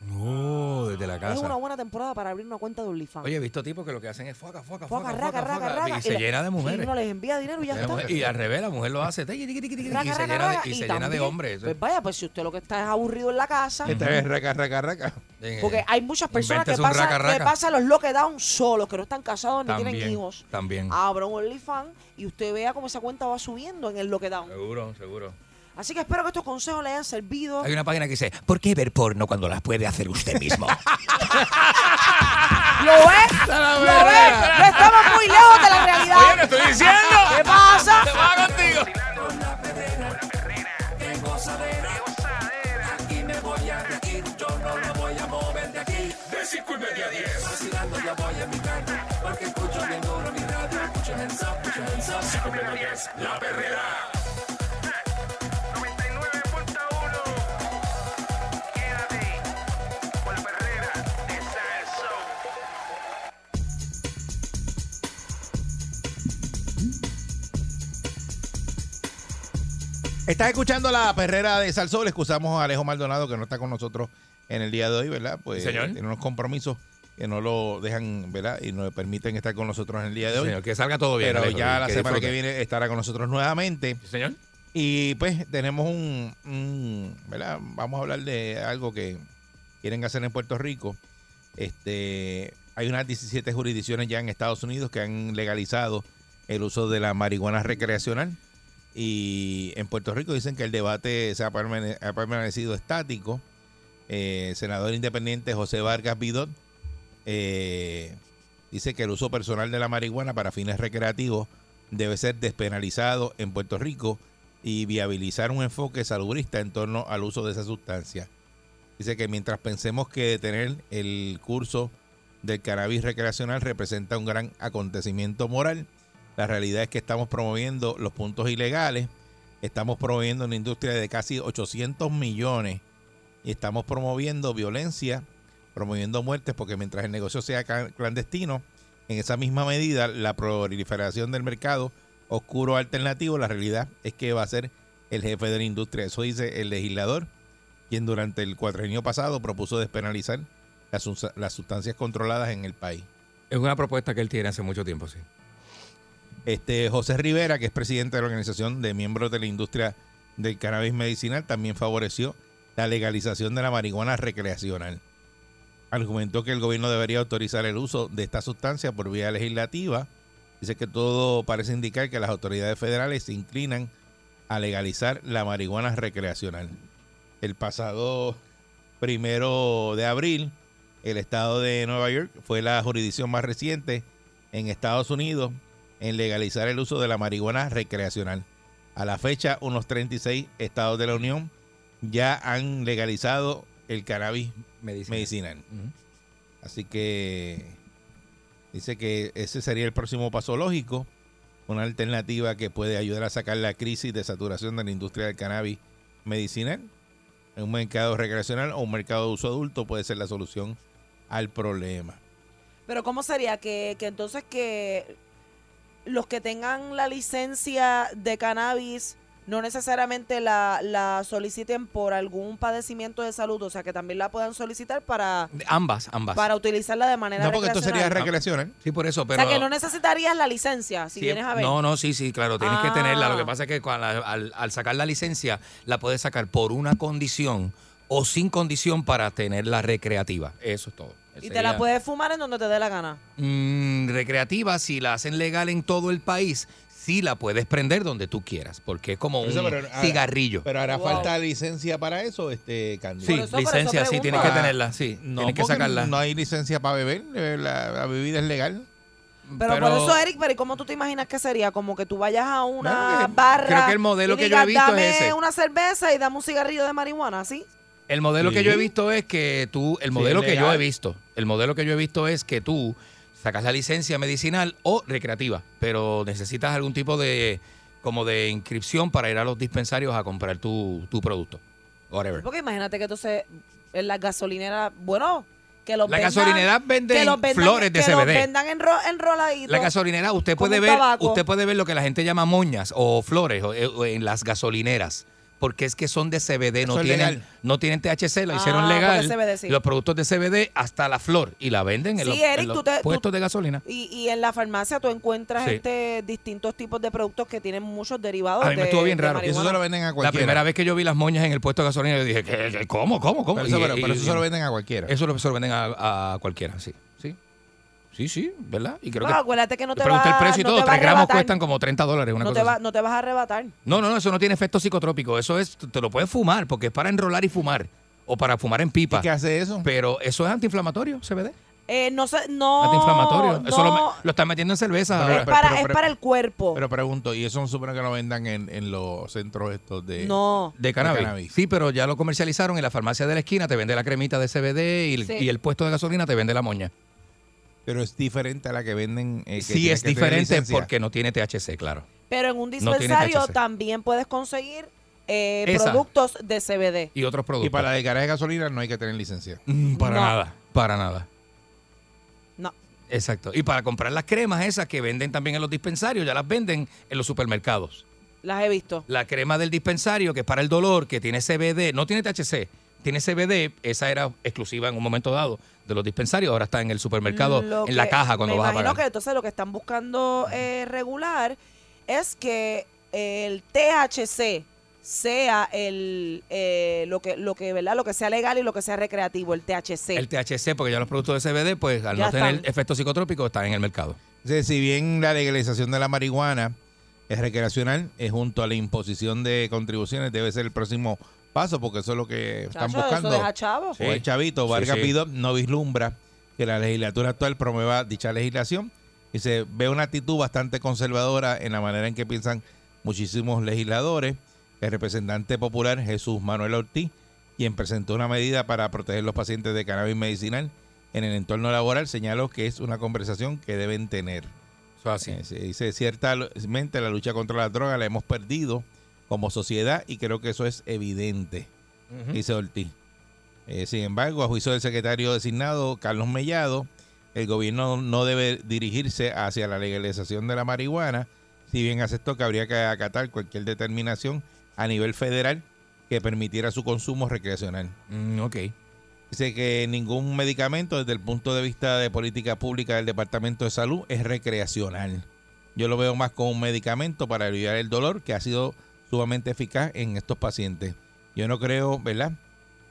No, desde la
Es una
casa.
buena temporada para abrir una cuenta de OnlyFans.
Oye, he visto tipos que lo que hacen es foca, foca,
Foca,
foca,
raca,
foca,
raca,
foca,
raga.
y se llena de mujeres.
uno les envía dinero y ya está.
Y al revés, la mujer lo hace. tiqui, tiqui, tiqui, tiqui,
Raca,
Y se
raca,
llena
raga,
de- y
y
se llena de
también,
hombres. eso. Este,
Pues vaya, pues si usted lo que está es aburrido en la casa.
Esta vez raca, raca, raca.
Eh,
Porque hay muchas personas que
Invéntese un
pasan,
raca, raca.
que pasan los lockdown solos, que no están casados ni tienen
También,
hijos.
También.
Abra un OnlyFans y usted vea cómo esa cuenta va subiendo en el lockdown.
Seguro, seguro.
Así que espero que estos consejos le hayan servido.
Hay una página que dice, ¿por qué ver porno cuando las puede hacer usted mismo?
¿Lo ves? ¿Lo ves? No estamos muy lejos de la realidad.
Oye, no estoy diciendo.
¿Qué pasa?
¡Te va contigo!
Estás escuchando la perrera de Salsol. Excusamos a Alejo Maldonado que no está con nosotros en el día de hoy, ¿verdad? Pues
Sí, señor.
tiene unos compromisos que no lo dejan, ¿verdad? Y no le permiten estar con nosotros en el día de hoy.
Señor, que salga todo bien.
Pero
Alejo,
ya la semana
disfrute.
que viene estará con nosotros nuevamente.
Sí, Señor.
Y pues tenemos un, un- ¿verdad? Vamos a hablar de algo que quieren hacer en Puerto Rico. Este, hay unas 17 jurisdicciones ya en Estados Unidos que han legalizado el uso de la marihuana recreacional. Y en Puerto Rico dicen que el debate se ha, permane- ha permanecido estático. Eh, senador independiente José Vargas Vidot eh, dice que el uso personal de la marihuana para fines recreativos debe ser despenalizado en Puerto Rico y viabilizar un enfoque salubrista en torno al uso de esa sustancia. Dice que mientras pensemos que detener el curso del cannabis recreacional representa un gran acontecimiento moral, la realidad es que estamos promoviendo los puntos ilegales, estamos promoviendo una industria de casi 800 millones y estamos promoviendo violencia, promoviendo muertes, porque mientras el negocio sea ca- clandestino, En esa misma medida, la proliferación del mercado oscuro alternativo, la realidad es que va a ser el jefe de la industria. Eso dice el legislador, quien durante el cuatrienio pasado propuso despenalizar las, sus- las sustancias controladas en el país.
Es una propuesta que él tiene hace mucho tiempo, sí.
Este José Rivera, que es presidente de la organización de miembros de la industria del cannabis medicinal, también favoreció la legalización de la marihuana recreacional. Argumentó que el gobierno debería autorizar el uso de esta sustancia por vía legislativa. Dice que todo parece indicar que las autoridades federales se inclinan a legalizar la marihuana recreacional. El pasado primero de abril, el estado de Nueva York fue la jurisdicción más reciente en Estados Unidos en legalizar el uso de la marihuana recreacional. A la fecha, unos 36 estados de la Unión ya han legalizado el cannabis medicinal. Así que dice que ese sería el próximo paso lógico, una alternativa que puede ayudar a sacar la crisis de saturación de la industria del cannabis medicinal. Un mercado recreacional o un mercado de uso adulto puede ser la solución al problema.
Pero ¿cómo sería que, que entonces que los que tengan la licencia de cannabis no necesariamente la, la soliciten por algún padecimiento de salud, o sea, que también la puedan solicitar para,
Ambas, ambas.
para utilizarla de manera
No, porque esto sería
recreacional?
recreacional.
Sí, por eso,
O
pero...
sea, que no necesitarías la licencia si vienes a ver.
No, no, sí, sí, claro, tienes que
Ah.
tenerla. Lo que pasa es que cuando- al, al sacar la licencia, la puedes sacar por una condición o sin condición para tenerla recreativa. Eso es todo.
y te
Sería-
la puedes fumar en donde te dé la gana.
Mm, recreativa, si la hacen legal en todo el país, sí la puedes prender donde tú quieras, porque es como un
Eso, pero hará-
cigarrillo.
Pero hará
Wow.
falta licencia para eso, este Candy.
Sí, Por eso- por eso licencia, sí, pregunto. tienes que tenerla, sí, tienes que
porque
sacarla.
No hay licencia para beber, eh, la, la bebida es legal.
Pero, por eso, Eric, pero ¿y cómo tú te imaginas que sería? Como que tú vayas a una
Bueno, que-
barra.
creo que el modelo
y
que
digas,
yo he visto es
"Dame
ese".
una cerveza y dame un cigarrillo de marihuana, ¿sí?
El modelo
Sí.
que yo he visto es que tú, el
Sí,
modelo
es
que yo
legal.
he visto, el modelo que yo he visto es que tú sacas la licencia medicinal o recreativa, pero necesitas algún tipo de como de inscripción para ir a los dispensarios a comprar tu, tu producto. Whatever.
Porque imagínate que entonces en las gasolineras, bueno, que los
La
vendan-
gasolinera venden
que los
flores de
que los
CBD.
vendan enro, enroladitos.
La gasolinera, usted
Como
puede
un
ver,
tabaco.
usted puede ver lo que la gente llama moñas o flores o- eh, o en las gasolineras. Porque es que son de CBD,
Eso
no
es
tienen,
legal.
no tienen THC, la
Ah,
hicieron
porque
legal.
CBD sí.
Los productos de CBD hasta la flor y la venden en
Sí,
los, en
Eric,
los
tú te- tú-
puestos de gasolina.
Y, y en la farmacia tú encuentras
Sí.
este, distintos tipos de productos que tienen muchos derivados.
A mí me
de-
estuvo bien
de
raro.
marihuana.
venden a
La primera vez que yo vi las moñas en el puesto de gasolina, yo dije, ¿qué, qué, cómo cómo, cómo?
Pero eso,
Y-
pero-
y-
pero eso
y-
se lo venden a cualquiera.
Eso lo- se lo venden a, a cualquiera, sí. Sí, sí, sí ¿verdad? Y creo
Bueno, acuérdate que no
que...
te
Pregunté
va-
el precio y
no te
todo,
va a
3 gramos
arrebatar.
cuestan como 30 dólares, una
no
cosa
te, va-
así.
no te vas a arrebatar.
No, no, no, eso no tiene efecto psicotrópico. Eso es, te lo puedes fumar porque es para enrolar y fumar. O para fumar en pipa.
¿Qué hace eso?
Pero eso es antiinflamatorio, CBD.
Eh, no sé, no.
antiinflamatorio.
no,
Eso lo, me- lo están metiendo en cerveza.
Pero-
ahora.
es para,
pero-
es
pero-
para el cuerpo.
Pero pregunto, ¿y eso supone que lo vendan en, en los centros estos
eh,
de...
no.
de cannabis.
de cannabis.
Sí, pero ya lo comercializaron y la farmacia de la esquina te vende la cremita de CBD y, el-
Sí.
y el puesto de gasolina te vende la moña.
Pero es diferente a la que venden... eh, que
sí,
tiene
es
que tener
diferente
licencia.
porque no tiene THC, claro.
Pero en un
tiene
dispensario
THC.
también puedes conseguir eh,
Esa.
productos de CBD.
Y otros productos.
Y para la de garaje de gasolina no hay que tener licencia.
Mm, para
No.
nada. Para nada.
No.
Exacto. Y para comprar las cremas esas que venden también en los dispensarios, ya las venden en los supermercados.
Las he visto.
la crema del dispensario que es para el dolor, que tiene CBD, no tiene THC, tiene CBD, esa era exclusiva en un momento dado de los dispensarios, ahora está en el supermercado,
Lo
en la
que-
caja cuando
me
vas a
imagino
pagar.
que entonces lo que están buscando eh, regular es que el THC sea el eh, lo que lo que verdad lo que sea legal y lo que sea recreativo el THC
El THC, porque ya los productos de CBD, pues al
Ya
no tener
están.
efectos psicotrópicos, están en el mercado.
Dice, si bien la legalización de la marihuana es recreacional, es junto a la imposición de contribuciones, debe ser el próximo paso, porque eso es lo que están
Chacho,
buscando.
eso deja chavo
O el chavito,
Sí,
Vargas
sí.
Vidot, no vislumbra que la legislatura actual promueva dicha legislación y se ve una actitud bastante conservadora en la manera en que piensan muchísimos legisladores. El representante popular Jesús Manuel Ortiz, quien presentó una medida para proteger los pacientes de cannabis medicinal en el entorno laboral, señaló que es una conversación que deben tener.
Eso es así.
Eh, se dice, ciertamente la lucha contra la droga la hemos perdido como sociedad y creo que eso es evidente, dice Ortiz. Eh, sin embargo, a juicio del secretario designado, Carlos Mellado, el gobierno no debe dirigirse hacia la legalización de la marihuana, si bien aceptó que habría que acatar cualquier determinación a nivel federal que permitiera su consumo recreacional.
ok.
Dice que ningún medicamento desde el punto de vista de política pública del Departamento de Salud es recreacional. Yo lo veo más como un medicamento para aliviar el dolor que ha sido sumamente eficaz en estos pacientes. Yo no creo, ¿verdad?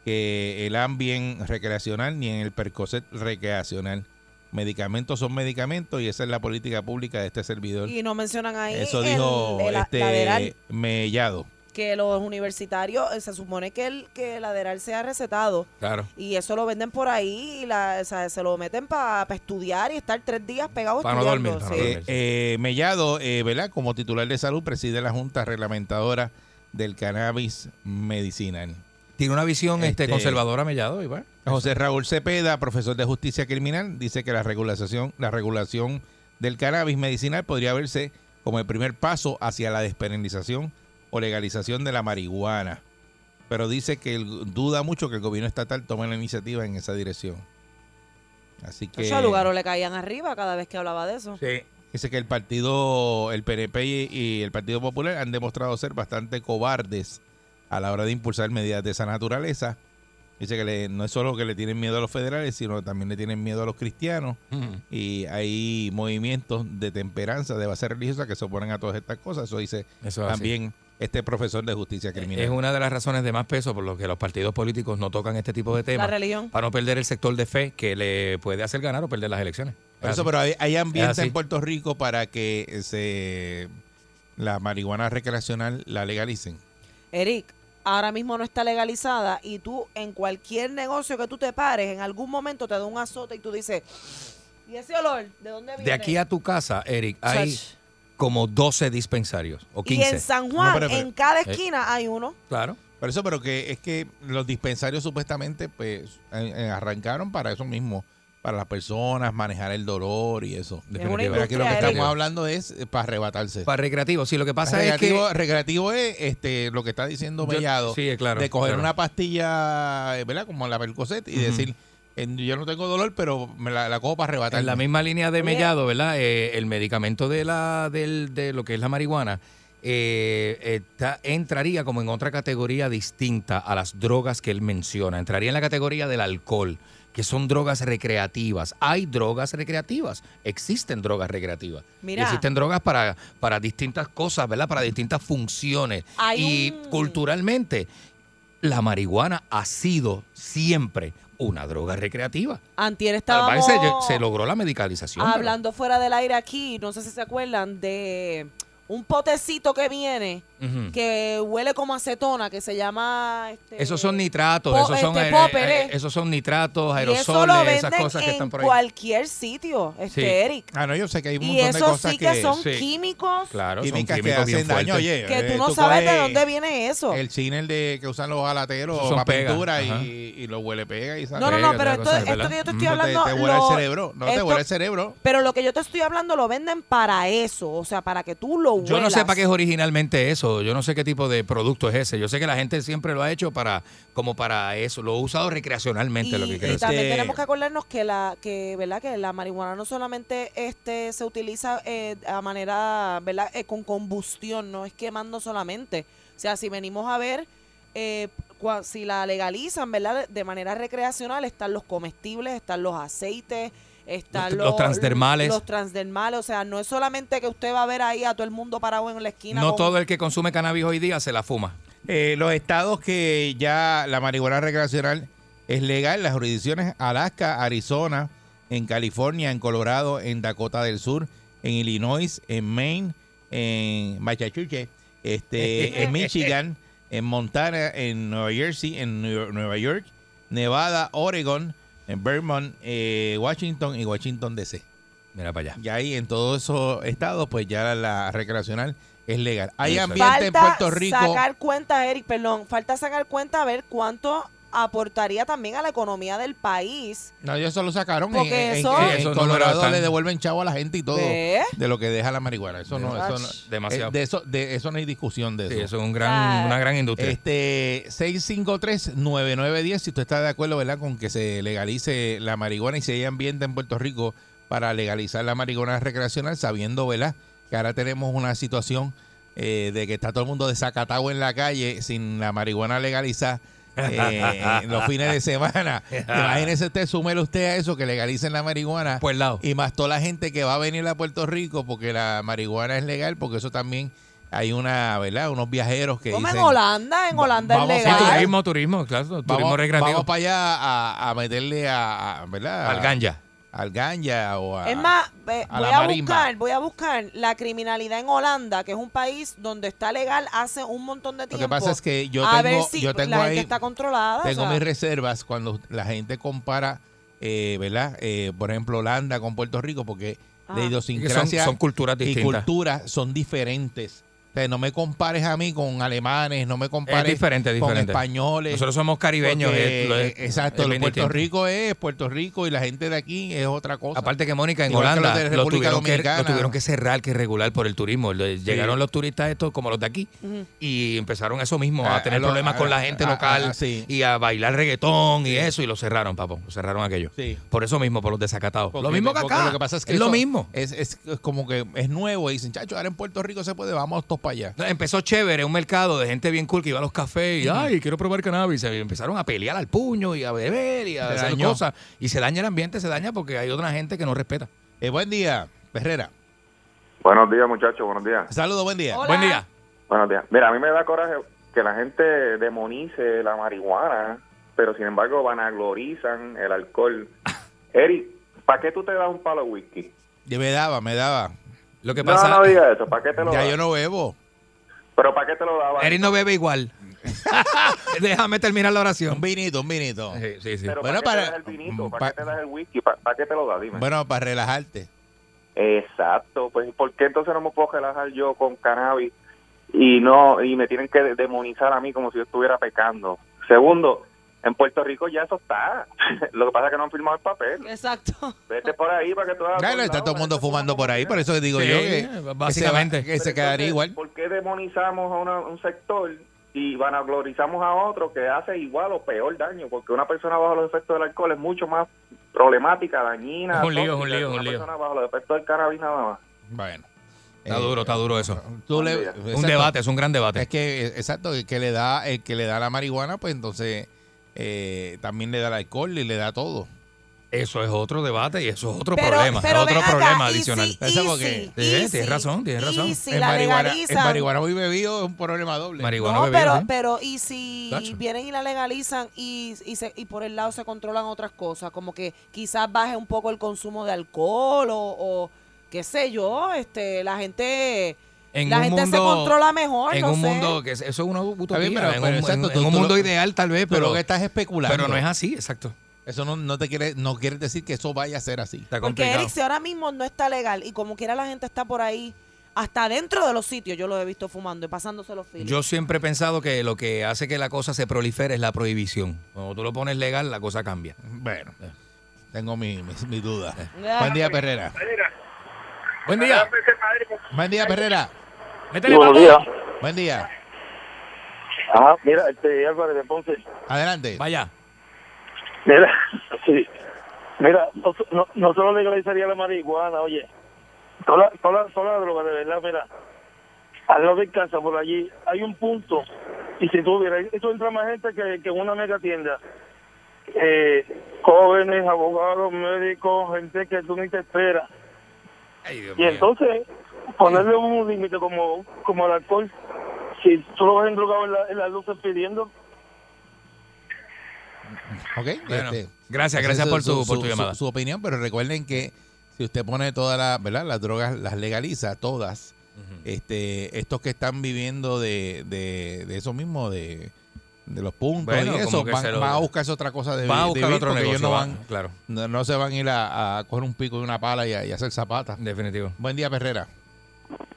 Que Eh, el Ambien recreacional ni en el Percocet recreacional. Medicamentos son medicamentos y esa es la política pública de este servidor.
Y no mencionan ahí
Eso
el-
dijo
el- la-
este
laderal,
Mellado.
que los universitarios, eh, se supone que el, que el laderal sea recetado.
Claro.
Y eso lo venden por ahí y la, o sea, se lo meten para estudiar y estar tres días pegados
Para no
estudiando.
dormir, para
sí.
no dormir. Eh, eh, Mellado, eh, ¿verdad? Como titular de salud, preside la Junta Reglamentadora del Cannabis Medicinal.
Tiene una visión este, conservadora, Mellado, Iván.
José Raúl Cepeda, profesor de justicia criminal, dice que la regulación, la regulación del cannabis medicinal podría verse como el primer paso hacia la despenalización o legalización de la marihuana. Pero dice que el- duda mucho que el gobierno estatal tome la iniciativa en esa dirección. Así que.
Ocho, a Lugaro le caían arriba cada vez que hablaba de eso.
Dice que el partido, el PNP y- y el Partido Popular han demostrado ser bastante cobardes a la hora de impulsar medidas de esa naturaleza. Dice que le- no es solo que le tienen miedo a los federales, sino que también le tienen miedo a los cristianos.
Ujú.
Y hay movimientos de temperanza, de base religiosa, que se oponen a todas estas cosas. Eso dice
Eso es así.
también este profesor de justicia criminal.
Ah, Es una de las razones de más peso por lo que los partidos políticos no tocan este tipo de temas.
La religión.
Para no perder el sector de fe que le puede hacer ganar o perder las elecciones.
Por
Es
eso,
así.
pero hay, hay
Es
ambiente
así.
en Puerto Rico para que eh, se la marihuana recreacional la legalicen.
Eric, ahora mismo no está legalizada y tú en cualquier negocio que tú te pares, en algún momento te da un azote y tú dices, ¿y ese olor? ¿De dónde viene?
De aquí a tu casa, Eric, hay como 12 dispensarios o 15.
Y en San Juan,
No, pero- pero-
en cada
Eh.
esquina hay uno.
Claro.
Por eso, pero que es que los dispensarios supuestamente pues eh, eh, arrancaron para eso mismo, para las personas, manejar el dolor y eso.
Es
Pero
una
aquí lo que
industria,
estamos
Eric.
hablando es eh, para arrebatarse.
Para recreativo, sí, lo que pasa es
recreativo,
que...
recreativo es este lo que está diciendo
Yo-
Mellado
sí, claro,
de coger
claro.
una pastilla, eh, ¿verdad? Como la Percocet y
Ujú.
decir, eh, yo no tengo dolor, pero me la, la cojo para arrebatar.
En la misma línea
Oh,
de Mellado, ¿verdad? Eh, el medicamento de la del, de lo que es la marihuana eh, está- entraría como en otra categoría distinta a las drogas que él menciona. Entraría en la categoría del alcohol, que son drogas recreativas. Hay drogas recreativas, existen drogas recreativas. Y
Mira.
existen drogas para, para distintas cosas, ¿verdad? Para distintas funciones.
Hay
y culturalmente, la marihuana ha sido siempre una droga recreativa.
Antier
Al
estábamos
parecer lle- se logró la medicalización. pero-
hablando fuera del aire aquí, no sé si se acuerdan, de un potecito que viene
Ujú.
que huele como acetona, que se llama... este,
Esos son nitratos,
Po-
esos son
este,
aer-
popper,
aer-
eh.
esos son nitratos,
y eso lo
aerosoles,
venden
esas cosas que
en
están por ahí.
cualquier sitio, este
Sí.
Eric.
Ah, no, yo sé que hay un
Y
montón de
eso
cosas
sí que, son químicos
Claro, son
químicas que
químicos bien
hacen daño,
fuertes.
oye.
que
eh,
tú no sabes de
coges-
dónde viene eso.
El cine el de que usan los alateros
Esos
o
son
la
pegas,
pintura y,
ajá.
y lo huele pega y sale.
No, no, no,
Pega,
pero
otra
esto,
cosa,
esto
¿verdad?
que yo te
Mm.
estoy
No te-
hablando...
te vuela el
lo-
cerebro, no te
esto-
vuela el cerebro.
Pero lo que yo te estoy hablando lo venden para eso, o sea, para que tú lo huelas.
Yo no sé para qué es originalmente eso, yo no sé qué tipo de producto es ese. Yo sé que la gente siempre lo ha hecho para como para eso, lo ha usado recreacionalmente,
y,
lo que
y
quiero decir.
también tenemos que acordarnos que la que verdad que la marihuana no solamente este se utiliza eh, a manera verdad Eh, con combustión no es quemando solamente o sea si venimos a ver eh, cua- si la legalizan verdad de manera recreacional están los comestibles están los aceites están
Los- los transdermales.
los transdermales o sea no es solamente que usted va a ver ahí a todo el mundo parado en la esquina
No
con-
todo el que consume cannabis hoy día se la fuma.
Eh, los estados que ya la marihuana recreacional es legal, las jurisdicciones Alaska, Arizona, en California, en Colorado, en Dakota del Sur, en Illinois, en Maine, en Massachusetts, este, en Michigan, en Montana, en Nueva Jersey, en Nue- Nueva York, Nevada, Oregon, en Vermont, eh, Washington y Washington DC.
Mira para allá.
Y ahí en todos esos estados, pues ya la recreacional es legal. Hay
Exacto.
ambiente en
Falta
Puerto Rico.
sacar cuenta, Eric, perdón, falta sacar cuenta a ver cuánto aportaría también a la economía del país.
No, ellos solo sacaron en-
Porque
en,
eso-
en-
Sí,
en
eso no
Colorado
lo gastan.
le devuelven chavo a la gente y todo
¿Ve?
de lo que deja la marihuana. Eso no, eso no-
Ach. Demasiado.
eh, De eso, de eso no hay discusión de eso.
Sí, eso es un gran, una gran industria.
Este 653-9910, si usted está de acuerdo, ¿verdad? Con que se legalice la marihuana y se haya ambiente en Puerto Rico para legalizar la marihuana recreacional, sabiendo, ¿verdad? Que ahora tenemos una situación eh, de que está todo el mundo desacatado en la calle sin la marihuana legalizada. eh, en los fines de semana. Imagínese usted, súmele usted a eso, que legalicen la marihuana.
Por el lado.
Y más toda la gente que va a venir a Puerto Rico porque la marihuana es legal, porque eso también hay una, ¿verdad? Unos viajeros que
Como en
dicen,
Holanda, en Holanda
vamos a
es
Sí,
legal.
hacer
turismo, turismo, claro, turismo
vamos,
recreativo.
vamos para allá a, a meterle a, a- ¿verdad?
al ganja.
Al ganja o a...
Es más, ve-
a
voy
la
a
marimba.
buscar, voy a buscar la criminalidad en Holanda, que es un país donde está legal hace un montón de
que
tiempo.
pasa es que yo
a
tengo-
ver si
yo tengo
la
ahí-
gente está controlada.
Tengo
o sea,
mis reservas cuando la gente compara, eh, ¿verdad? Eh, por ejemplo, Holanda con Puerto Rico, porque
Ajá.
de
Que
idiosincrasia
son- son culturas
y
distintas.
culturas son diferentes. O sea, no me compares a mí con alemanes, no me compares
diferente,
con
diferente.
españoles.
Nosotros somos caribeños.
porque,
es- lo es-
exacto,
es
lo
bien
Puerto
distinto.
Rico es Puerto Rico y la gente de aquí es otra cosa.
Aparte que Mónica, en
Igual que
Holanda
los de
lo,
República
tuvieron que,
Dominicana.
lo tuvieron que cerrar, que regular por el turismo. Lo- Llegaron los turistas estos como los de aquí y empezaron eso mismo, a,
Ah, A-
tener
a lo-
problemas
a-
con la gente
a-
local
a- sí.
y a bailar reggaetón y eso y lo cerraron, papo. Lo cerraron aquello.
Sí.
Por eso mismo, por los desacatados.
Porque-
lo mismo que
porque
acá.
Lo que pasa es que
lo
eso
mismo.
Es, es como que es nuevo y dicen, chacho, ahora en Puerto Rico se puede, vamos todos para allá.
Empezó chévere, un mercado de gente bien cool que iba a los cafés y, ay, quiero probar cannabis. Y empezaron a pelear al puño y a beber y a
Se
hacer
dañó.
cosas. Y se daña el ambiente, se daña porque hay otra gente que no respeta.
Eh, buen día, Herrera.
Buenos días, muchachos, buenos días.
Saludos, buen día.
Hola.
Buen día.
Buenos días. Mira, a mí me da coraje que la gente demonice la marihuana, pero sin embargo vanaglorizan el alcohol. Eric, ¿para qué tú te das un palo de whisky?
Ya me daba, me daba.
Lo que
No,
pasa.
no digas eso, ¿para qué te lo
Ya
das?
yo no bebo.
Pero ¿para qué te lo dabas?
Eric no bebe igual. Déjame terminar la
Un
oración.
vinito, un vinito.
Sí, sí, sí.
Pero
Bueno,
¿para,
para- mm,
qué te das el vinito? ¿Para
pa-
qué te das el whisky? ¿Para, para qué te lo das? Dime.
Bueno, para relajarte.
Exacto, pues ¿por qué entonces no me puedo relajar yo con cannabis y no y me tienen que de- demonizar a mí como si yo estuviera pecando? Segundo, en Puerto Rico ya eso está. Lo que pasa es que no han firmado el papel.
Exacto.
Vete por ahí para que tú hagas
Claro, está todo el mundo fumando por ahí, por eso digo
Sí,
yo que que
básicamente.
se, va- que se quedaría igual.
¿Por qué demonizamos a una- un sector y vanaglorizamos a otro que hace igual o peor daño? Porque una persona bajo los efectos del alcohol es mucho más problemática, dañina.
Es un lío, es un
tóxica,
lío, es
que
un
una
lío.
persona bajo los efectos del cannabis nada más.
Bueno,
Está
Eh,
duro, está duro eso.
tú le-
Un
Un
exacto.
debate, es un gran debate.
Es que eh, exacto, el que le da el que le da la marihuana, pues entonces eh, también le da el alcohol y le da todo.
Eso es otro debate y eso es otro
Pero-
problema.
pero
otro
ven acá,
problema
y si-
adicional.
y
Eso porque-
si-
Sí,
y
tienes
si-
razón, tienes razón.
Y si
En
la
marihuana, en
legalizan.
marihuana muy bebido es un problema doble.
Marihuana
No,
bebida,
pero,
¿sí?
pero y si
Tacho.
vienen y la legalizan y, y, se- y por el lado se controlan otras cosas, como que quizás baje un poco el consumo de alcohol o, o qué sé yo, este la gente
En
la
un
gente se
mundo-
controla mejor,
en
no
un
sé.
mundo que es- eso es una utopía,
bien, pero-
en
pero
un,
exacto,
en-
tú-
en un
tú lo-
mundo ideal tal vez,
Pero
pero,
lo que estás especulando.
pero no es así, exacto.
Eso no, no te quiere no quiere decir que eso vaya a ser así.
Está
Porque
complicado.
Eric, si ahora mismo no está legal y como quiera la gente está por ahí, hasta dentro de los sitios yo lo he visto fumando y pasándose los filos.
Yo siempre he pensado que lo que hace que la cosa se prolifere es la prohibición. Cuando tú lo pones legal, la cosa cambia.
Bueno, tengo mi, mis mis dudas.
Ah.
Buen
pues,
día, Perrera.
Buen día.
Buen día, Perrera.
Métele,
buenos
papo.
días.
Buen día.
Ajá, mira, este Álvarez de Ponce.
Adelante.
Vaya.
Mira, sí. Mira, no, no, no solo legalizaría la marihuana, oye. Toda, toda, toda la droga, de verdad, mira. Al lado de casa, por allí, hay un punto. Y si tú vieras, eso entra más gente que, que en una mega tienda. Eh, jóvenes, abogados, médicos, gente que tú ni te esperas.
Ay, Dios
Y
mío.
entonces, ponerle un límite como, como al alcohol, si tú lo ves endrogado en, la, en las luces pidiendo,
Ok,
Bueno,
este,
gracias,
esa
gracias
es
por tu- por tu llamada.
Su, opinión, pero recuerden que si usted pone todas las, ¿verdad? Las drogas, las legaliza todas. Este, estos que están viviendo de, de, de eso mismo, de, de los puntos
Bueno,
y
como
eso,
que
van,
se lo-
van a buscarse otra cosa de
Van a
vi- de
buscar
vivir
otro
porque
negocio.
ellos no
van-
van,
claro,
no, no se van a ir a, a coger un pico y una pala y a, y a hacer zapatas.
definitivo. Ah.
Buen día, Perrera.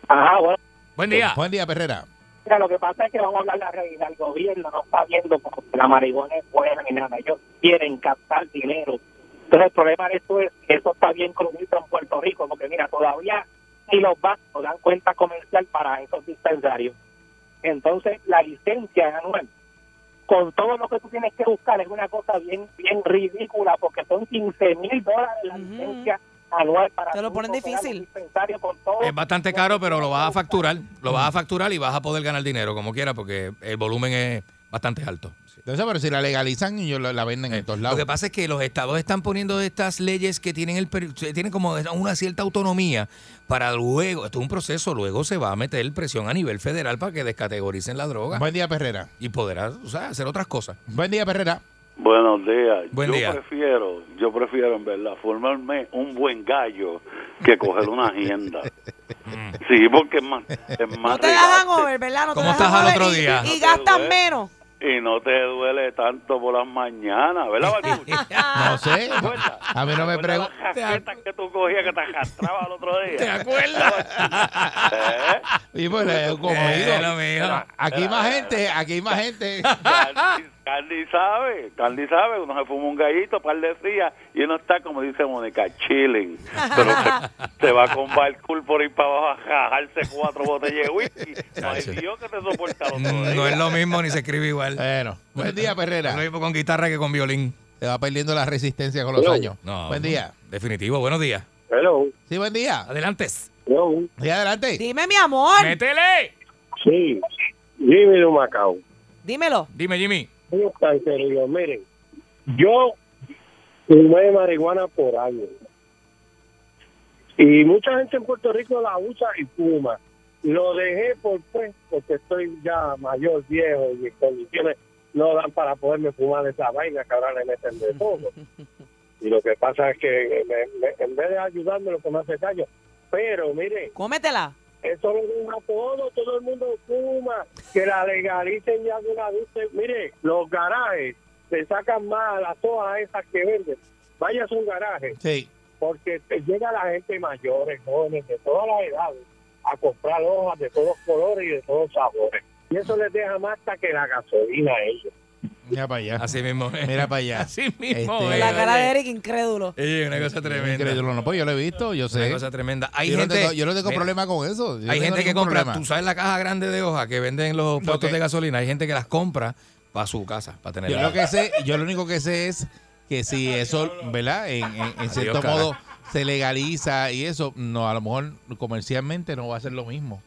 ajá, bueno.
Buen día.
Buen día, Perrera.
Mira, lo que pasa es que vamos a hablar la realidad. El gobierno no está viendo como que la marihuana es buena ni nada. Ellos quieren captar dinero. Entonces, el problema de esto es que eso está bien crudito en Puerto Rico, porque mira, todavía ni los bancos dan cuenta comercial para esos dispensarios. Entonces, la licencia es anual. Con todo lo que tú tienes que buscar es una cosa bien bien ridícula, Ah, porque son 15 mil dólares la licencia anual para.
Te lo
tú
ponen
operar un
difícil.
dispensario con todo
Es bastante caro, pero lo vas a facturar. Lo vas a facturar y vas a poder ganar dinero como quiera porque el volumen es bastante alto.
Entonces, pero si la legalizan y yo la, la venden en todos
Eh, Lo
lados.
que pasa es que los estados están poniendo estas leyes que tienen el per- tienen como una cierta autonomía para luego, esto es un proceso, luego se va a meter presión a nivel federal para que descategoricen la droga.
Buen día, Perrera.
Y poder o sea, hacer otras cosas.
Buen día, Perrera.
Buenos días.
Buen
yo
día.
prefiero, yo prefiero en verdad formarme un buen gallo que coger una agenda. sí, porque es más, es más
No te
relax
dejan over, ¿verdad? No te
¿Cómo
dejan
estás al
over
otro
y-
día?
Y,
No te
gastas
duele.
menos.
y no te duele tanto por las mañanas, ¿verdad, Bacuchi?
Ah.
No sé. A mí no me pregunto.
Las casquetas que tú cogías que te arrastraba el otro día.
¿Te acuerdas?
Y pues, eh, como digo,
Bueno, mijo.
aquí hay más gente, aquí hay más gente.
Candy, Candy sabe, Candy sabe, uno se fuma un gallito, par de días, y uno está, como dice Mónica, chilling. Pero se, se va con Barcool por ir para abajo a jajarse cuatro botellas de whisky. No hay Dios que te soporta los
Mm, No es lo mismo ni se escribe igual.
Bueno, buen día, Perrera.
Lo mismo con guitarra que con violín.
Se va perdiendo la resistencia con los años.
No,
Buen día.
Definitivo, buenos días.
Hello. Sí, buen día.
Adelante.
Y adelante.
Dime, mi amor.
¡Métele!
Sí, Jimmy de Macao.
Dímelo.
Dime, Jimmy.
¿Cómo están, queridos? Miren, yo fumé marihuana por años. Y mucha gente en Puerto Rico la usa y fuma. Lo dejé por pues, porque estoy ya mayor, viejo y mis condiciones no dan para poderme fumar esa vaina que ahora le meten de todo. Y lo que pasa es que me- me- en vez de ayudarme, lo que me hace daño. Pero mire,
cómetela.
Eso lo deja todo, todo el mundo fuma, que la legalicen ya de una vez. Mire, los garajes le sacan más a las todas esas que venden. Vaya a un garaje,
Sí.
porque te llega la gente mayores, jóvenes, de todas las edades, a comprar hojas de todos colores y de todos sabores. Y eso les deja más hasta que la gasolina a ellos.
Mira para allá.
Así mismo.
Mira para allá.
Así eh,
mismo.
La cara de Eric incrédulo.
una cosa tremenda.
Este, Increíble, no, pues yo lo he visto, yo sé.
Una cosa tremenda. Hay
yo
gente-
no tengo, yo no tengo
mira,
problema con eso. Yo
Hay
no tengo
gente que
ningún
compra,
problema.
tú sabes la caja grande de hoja que venden los
Lo
potos
que-
de gasolina, hay gente que las compra para su casa, para tener
Yo lo que sé, yo lo único que sé es que si eso, ¿verdad? En, en- en cierto
carajo.
modo se legaliza y eso, no, a lo mejor comercialmente no va a ser lo mismo.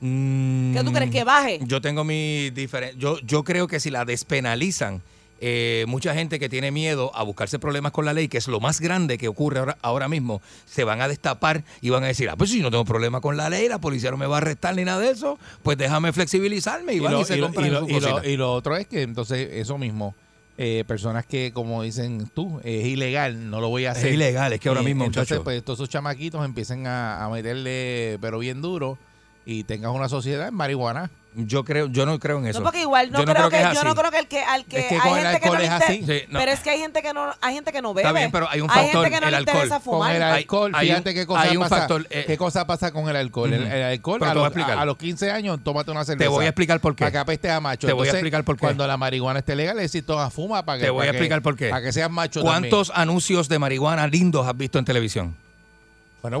Mm.
¿Qué tú crees que baje?
Yo tengo mi diferencia. Yo, yo creo que si la despenalizan, eh, mucha gente que tiene miedo a buscarse problemas con la ley, que es lo más grande que ocurre ahora, ahora mismo, se van a destapar y van a decir, ah, pues si yo no tengo problema con la ley, la policía no me va a arrestar ni nada de eso, pues déjame flexibilizarme y, van y se compran
y lo-
sus
y lo-
cositas.
y lo otro es que entonces eso mismo, eh, personas que como dicen tú, es ilegal, no lo voy a
Es
hacer.
ilegal, es que ahora
Y
mismo,
entonces,
muchacho.
pues todos esos chamaquitos empiezan a, a meterle, pero bien duro, y tengas una sociedad en marihuana.
Yo creo, yo no creo en
No, porque igual no,
Yo no
creo,
creo que
que,
es
yo no
así.
creo que el que al que,
Es que
hay
con el
gente que no
alcohol
le
es
inter-
así. Sí,
no.
Pero es que hay gente que no hay gente que no bebe.
Está bien, pero hay un factor,
gente que no
el
le
alcohol.
interesa fumar.
Con el
Hay-
alcohol,
hay un-
fíjate qué, cosa
hay un
pasa,
factor, eh,
qué cosa pasa con el alcohol. El,
Ujú.
el alcohol
Pero
a
te voy a
los,
explicar.
a- a los 15 años, tómate una cerveza.
voy a explicar por qué.
Para que apeste a macho.
Te voy a
Entonces,
explicar por qué.
Cuando la marihuana esté legal, es decir, toda fuma para que.
Te voy
para
a
que-
explicar por qué.
Para que seas macho
¿Cuántos anuncios de marihuana lindos has visto en televisión?
también.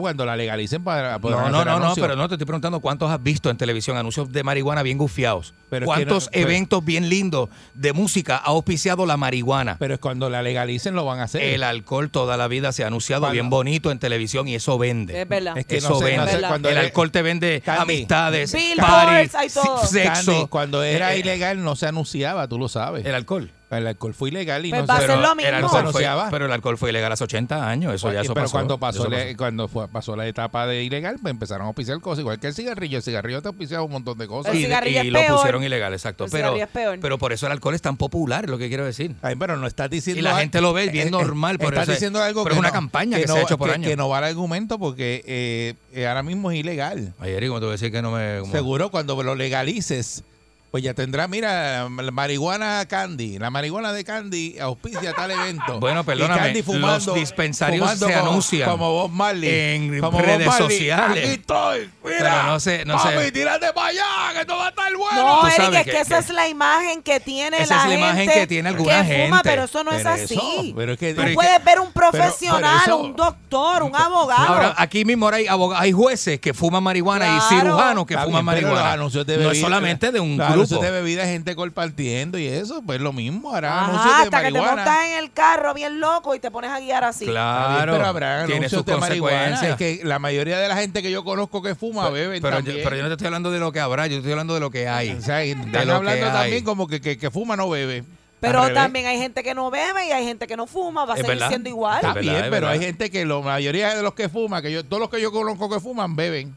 Bueno, cuando la legalicen para poder
No,
hacer
no, no, no,
anuncios.
pero no te estoy preguntando cuántos has visto en televisión, anuncios de marihuana bien gufiados.
Pero es que
¿Cuántos
no- pero-
eventos bien lindos de música ha auspiciado la marihuana?
Pero es cuando la legalicen lo van a hacer.
El alcohol toda la vida se ha anunciado
Cuando-
bien bonito en televisión y eso vende.
Es verdad.
Es que
eso
no sé, no
vende.
sé, cuando
el
era-
alcohol te vende
Candy.
amistades,
Billboards,
party,
hay todo.
sexo.
Candy, cuando era
Eh, eh,
ilegal no se anunciaba, tú lo sabes.
El alcohol.
El alcohol fue ilegal y
Pues
no
va a
se
ser lo mismo.
el
no
alcohol
se
fue-
anunciaba.
pero el alcohol fue ilegal a los 80 años, eso Pues ya eso
pero
pasó.
cuando pasó,
eso
le-
pasó.
cuando fue, pasó la etapa de ilegal, pues empezaron a auspiciar cosas, igual que el cigarrillo. El cigarrillo te auspiciaba un montón de cosas.
El
y,
cigarrillo
y
es
lo
peor.
pusieron ilegal, exacto.
El
Pero,
cigarrillo es peor.
pero por eso el alcohol es tan popular, es lo que quiero decir.
Ay, pero no estás diciendo.
Y la gente lo ve bien
Eh, eh,
normal, por
estás
eso es-
diciendo algo
pero
que
es una
no-
campaña que se ha
no-
hecho por
que-
años.
Que no vale argumento porque eh, eh, ahora mismo es ilegal.
Ayer, ¿cómo te voy a decir que no me. como-
Seguro cuando lo legalices Pues ya tendrá, mira, la marihuana Candy. La marihuana de Candy auspicia tal evento.
Bueno,
Y
perdóname,
Candy fumando-
los dispensarios
fumando
se
como-
anuncian
Como Bob Marley.
en
Como Bob
redes
Marley.
sociales.
Aquí estoy. Mira,
Pero no sé, no
papi,
sé.
tírate para allá, que esto va a estar bueno.
No,
Tú
Eric,
sabes
es que,
que-
esa es la imagen que tiene
Esa
la
es la
gente.
imagen que tiene alguna
fuma,
gente.
pero eso no es
Pero
así.
eso, pero es que-
Tú
pero es
puedes
que-
ver un
pero- pero
profesional,
eso-
un doctor, un abogado.
Ahora, aquí mismo ahora hay, aboga- hay jueces que fuman marihuana y
Claro.
cirujanos que
Está
fuman
bien, pero
marihuana.
los anuncios de
no es
bebida-
solamente de un
los
grupo.
anuncios de bebida, gente compartiendo y eso, pues lo mismo. Harán
Ajá,
anuncios de
hasta que te
marihuana.
montas en el carro bien loco y te pones a guiar así.
Está bien, pero habrá
tiene
anuncios
sus
de marihuana. Es
consecuencias.
que la mayoría de la gente que yo conozco que fuma beben
pero, yo,
también.
pero yo no te estoy hablando de lo que habrá, yo estoy hablando de lo que hay.
Están hablando también como que, que, que fuma no bebe.
Pero
Al revés.
también hay gente que no bebe y hay gente que no fuma, va a
Es
seguir
verdad.
siendo igual.
Está bien, pero hay gente que la mayoría de los que fuman, que yo, todos los que yo conozco que fuman, beben.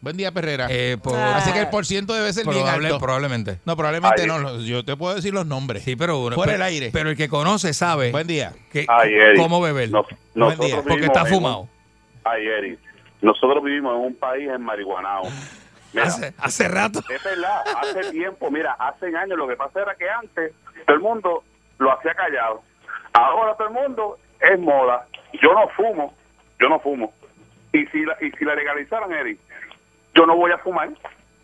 Buen día, Perrera. Así que el por ciento debe ser bien
Eh, Probable-
alto.
Probablemente.
No, probablemente no. lo- Yo te puedo decir los nombres.
Sí, pero uno-
Fuera
pero-
el aire.
Pero el que conoce sabe.
Buen día.
Que,
Ay, Eric.
¿Cómo beber?
Buen día.
Porque
vivimos
está
en-
fumado.
Ay, Eric, nosotros vivimos en un país en marihuanao.
hace, hace rato.
Es verdad, hace tiempo, mira, hace años lo que pasa era que antes todo el mundo lo hacía callado. Ahora todo el mundo es moda. Yo no fumo, yo no fumo. Y si la, y si la legalizaran, Eric, yo no voy a fumar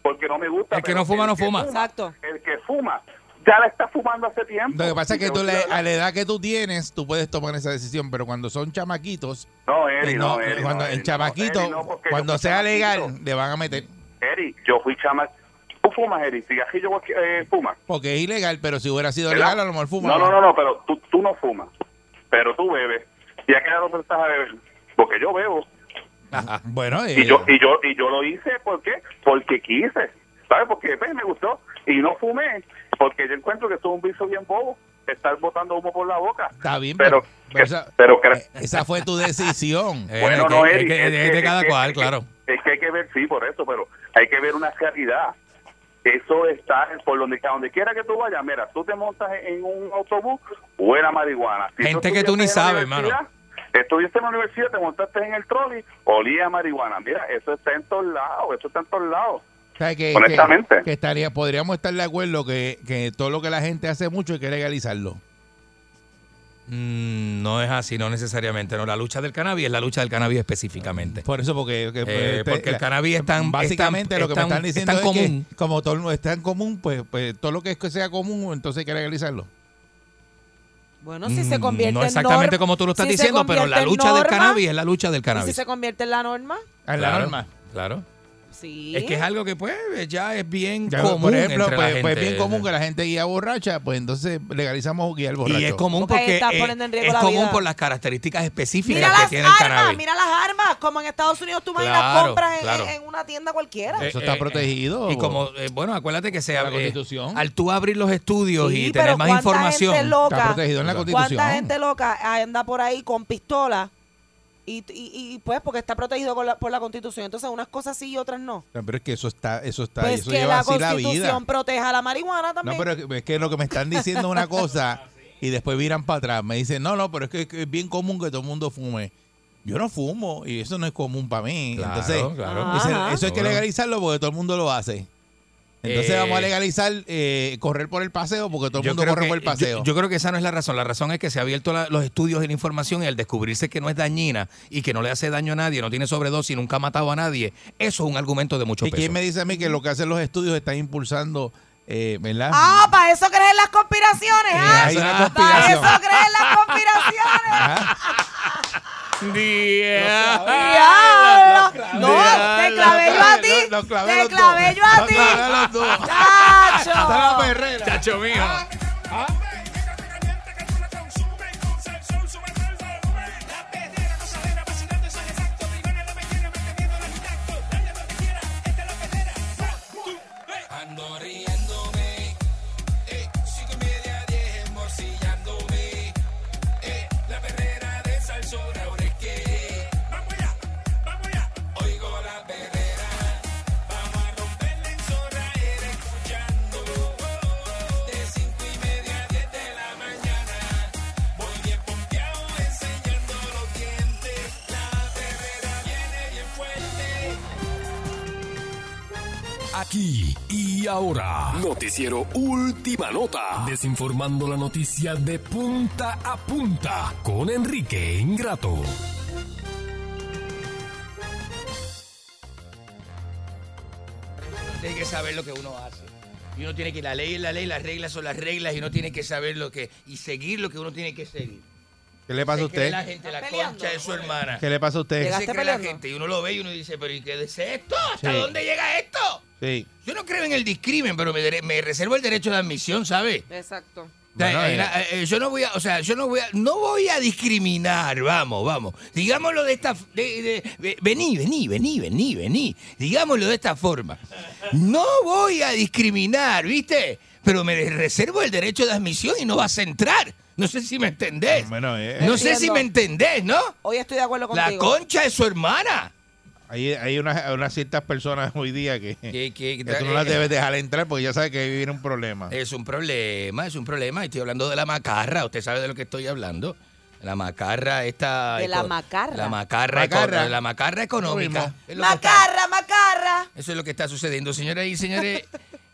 porque no me gusta.
El que
pero
no fuma, no fuma.
Exacto.
El que fuma ya la está fumando hace tiempo.
Lo que pasa es
Y
que
te
tú
voy
le-
a hablar-
a la edad que tú tienes, tú puedes tomar esa decisión, pero cuando son chamaquitos,
No, Eri,
eh,
no, Eri,
cuando
no,
en
Eri,
chamaquito,
no, Eri, no, porque yo
cuando
fui
sea legal,
chamaquito.
le van a meter.
Eric, yo fui chama. ¿Tú fumas, Eric? ¿Cigajillo eh, fumas?
Porque es ilegal, pero si hubiera sido
¿Verdad?
legal, a lo mejor fuma.
No, no, no, no, pero tú, tú no fumas, pero tú bebes. ¿Y a qué edad tú estás a beber? Porque yo bebo.
Ajá. Bueno, eh,
Y yo, y yo, y yo lo hice porque, porque quise, ¿sabes? Porque pues, me gustó y no fumé, porque yo encuentro que esto es un vicio bien bobo, estar botando humo por la boca.
está bien,
Pero,
pero,
pero,
esa, eh,
eh,
cre-
esa fue tu decisión.
bueno,
que-
no,
es
Eric,
que- es
es
de
que-
cada
es que-
cual,
es que-
claro.
Es que hay que ver, sí, por eso, pero hay que ver una claridad. Eso está por donde, a donde quiera que tú vayas. Mira, tú te montas en un autobús, buena marihuana. Si
Gente que tú ni
estuvieses en la
sabes, mano.
universidad, Estuviste en la universidad, te montaste en el trolley, olía a marihuana. Mira, eso está en todos lados, eso está en todos lados.
O sea, que,
Honestamente.
que- que estaría, podríamos estar de acuerdo que, que todo lo que la gente hace mucho hay que legalizarlo.
Mm, no es así, no necesariamente. No, la lucha del cannabis es la lucha del cannabis específicamente.
Por eso, porque, que,
Eh,
este,
porque el
la-
cannabis es tan
Básicamente
es tan-
lo que
es
me
tan-
están diciendo
es
es,
tan común.
que como todo no es tan común, pues, pues todo lo que es que sea común, entonces hay que legalizarlo.
Bueno, si se
Mm,
convierte
no
en
exactamente
norma-
como tú lo estás
si se
diciendo, pero la
convierte en
lucha del
norma,
cannabis es la lucha del
¿Y si
cannabis.
se convierte en la norma?
Es la
Claro,
norma.
Claro.
Sí.
Es que es algo que pues ya es bien
Ya,
común
por ejemplo,
entre la
pues, pues es bien
gente.
común que la gente guía borracha, pues entonces legalizamos guiar borracho.
Y es común
Porque ahí
porque,
estás
eh,
poniendo en riesgo
es
la
común
vida.
por las características específicas
Mira
que
las
tiene el
armas,
cannabis.
mira las armas. Como en Estados Unidos tú vas y las
Claro,
compras en,
claro. Eh,
en una tienda cualquiera.
Eso está protegido.
Y como, eh, bueno, acuérdate que se
Por la
eh,
Constitución.
al tú abrir los estudios
Sí,
y tener
pero
más
¿cuánta
información.
gente loca?
Está protegido en la
¿Cuánta
Constitución.
gente loca anda por ahí con pistola? Y, y, y, pues porque está protegido con la- por la Constitución. Entonces unas cosas sí y otras no.
No, Pero es que eso está, eso está,
Pues
eso
que
lleva
la
así la vida.
Constitución proteja la marihuana también.
No, pero es que- es que lo que me están diciendo es una
Ah,
cosa y después viran para atrás. Me dicen, no, no, pero es que, que es bien común que todo el mundo fume. Yo no fumo y eso no es común para mí.
Claro,
Entonces,
claro.
dicen,
Ajá.
eso hay que
Seguro.
legalizarlo porque todo el mundo lo hace. Entonces
Eh,
vamos a legalizar eh, correr por el paseo porque todo el
Yo
mundo
creo
corre
que-
por el paseo.
Yo, yo creo que esa no es la razón. La razón es que se ha abierto la- los estudios y la información y al descubrirse que no es dañina y que no le hace daño a nadie, no tiene sobredosis, nunca ha matado a nadie, eso es un argumento de mucho
¿Y quién
peso.
me dice a mí que lo que hacen los estudios está impulsando, eh, ¿verdad?
Ah, para eso creen las conspiraciones. ¿ah?
hay una
Para
conspiración.
eso creen las conspiraciones. ¡Diablo! No, te clavé yo a ti.
Lo- lo clavé
Te
los
clavé
dos.
yo a
Lo clavé a los
ti.
dos. Está la
¡Chacho!
perrera.
Chacho mío.
Ah. Ando riéndome, eh, cinco y media, diez, emborcillándome, eh, la perrera de salsora, ahora es que, vamos allá, vamos allá, oigo la perrera, vamos a romperla en zona, era escuchando, de cinco y media, a diez
Aquí y ahora. Noticiero Última Nota. Desinformando la noticia de punta a punta con Enrique Ingrato.
Tiene que saber lo que uno hace. Y uno tiene que la ley es la ley, las reglas son las reglas y uno tiene que saber lo que y seguir lo que uno tiene que seguir.
¿Qué le pasa a
Se cree
usted?
La gente la concha de su hermana.
¿Qué le pasa a usted?
Se
¿Llegaste
cree
peleando?
la gente y uno lo ve y uno dice, pero ¿y qué es esto? ¿Hasta
Sí.
dónde llega esto?
Sí.
Yo no creo en el discrimen, pero me, dere- me reservo el derecho de admisión, ¿sabes?
Exacto.
O sea,
Bueno,
eh, la- eh, yo no voy a, o sea, yo no voy a, no voy a discriminar, vamos, vamos. Digámoslo de esta, f- de- de- ve- vení, vení, vení, vení, vení. Digámoslo de esta forma. No voy a discriminar, ¿viste? Pero me reservo el derecho de admisión y no vas a entrar. No sé si me entendés.
Ah, eh,
no sé si
Entiendo.
me entendés, ¿no?
Hoy estoy de acuerdo
La
contigo.
concha es su hermana.
Hay, hay unas, unas ciertas personas hoy día que, que tú no las
eh,
debes dejar entrar porque ya sabes que ahí viene un problema.
Es un problema, es un problema. Estoy hablando de la macarra. Usted sabe de lo que estoy hablando. La macarra esta...
De la
eco-
macarra.
La macarra, eco-
Macarra.
La macarra económica. Es lo que está-
Macarra, macarra.
eso es lo que está sucediendo. Señoras y señores,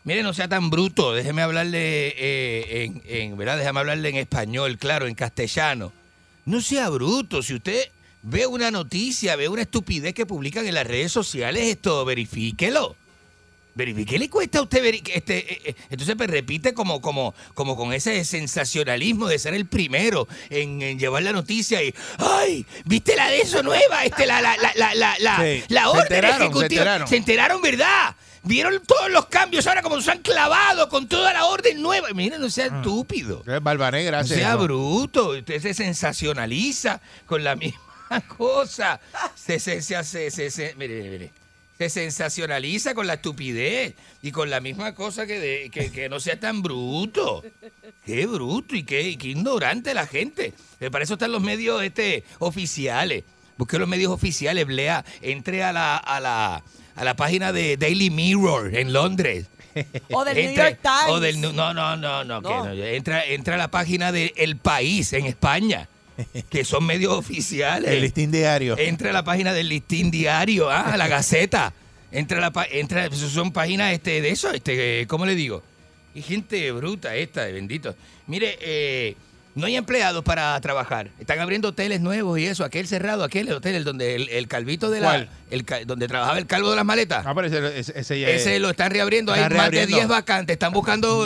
miren, no sea tan bruto. Déjeme hablarle eh, en, en- ¿verdad? Déjame hablarle en español, claro, en castellano. No sea bruto. Si usted ve una noticia, ve una estupidez que publican en las redes sociales, esto, verifíquelo. Verifique, ¿qué le cuesta a usted? veri- Este, eh, eh, entonces pues, repite como, como, como con ese sensacionalismo de ser el primero en, en llevar la noticia y ¡ay! ¿Viste la de eso nueva? Este, la, la, la, la, la, la-
Sí,
la
se
orden
enteraron, se
ejecutiva.
enteraron.
¿verdad? Vieron todos los cambios ahora como se han clavado con toda la orden nueva. Miren, no sea
Ah.
estúpido.
Es Barba Negra.
No
hace
sea
eso.
bruto, usted se sensacionaliza con la misma cosa. Se, se, se, se- se- se- mire, mire, mire. Se sensacionaliza con la estupidez y con la misma cosa que, de- que, que no sea tan bruto. Qué bruto y qué, y qué ignorante la gente. Eh, Para eso están los medios este, oficiales. Busque los medios oficiales, lea, entre a la, a la, a la página de Daily Mirror en Londres.
O del New
Entre-
York
Este,
Times.
O del, New- no, no, no, no, que
No.
no. Entra, entra a la página de El País en España, que son medios oficiales.
El listín diario.
Entra a la página del listín diario, ah, a la Gaceta. Entra a la pa- entra, eso son páginas este, de eso, este, ¿cómo le digo? Y gente bruta esta, de bendito. Mire, eh, no hay empleados para trabajar. Están abriendo hoteles nuevos y eso, aquel cerrado, aquel hotel, el donde el, el calvito de la.
¿Cuál?
el ca- donde trabajaba el calvo de las maletas.
Ah, pero ese, ese, ese ya-
Ese lo están reabriendo, hay
eh, Están
más de
reabriendo.
10 vacantes, están buscando...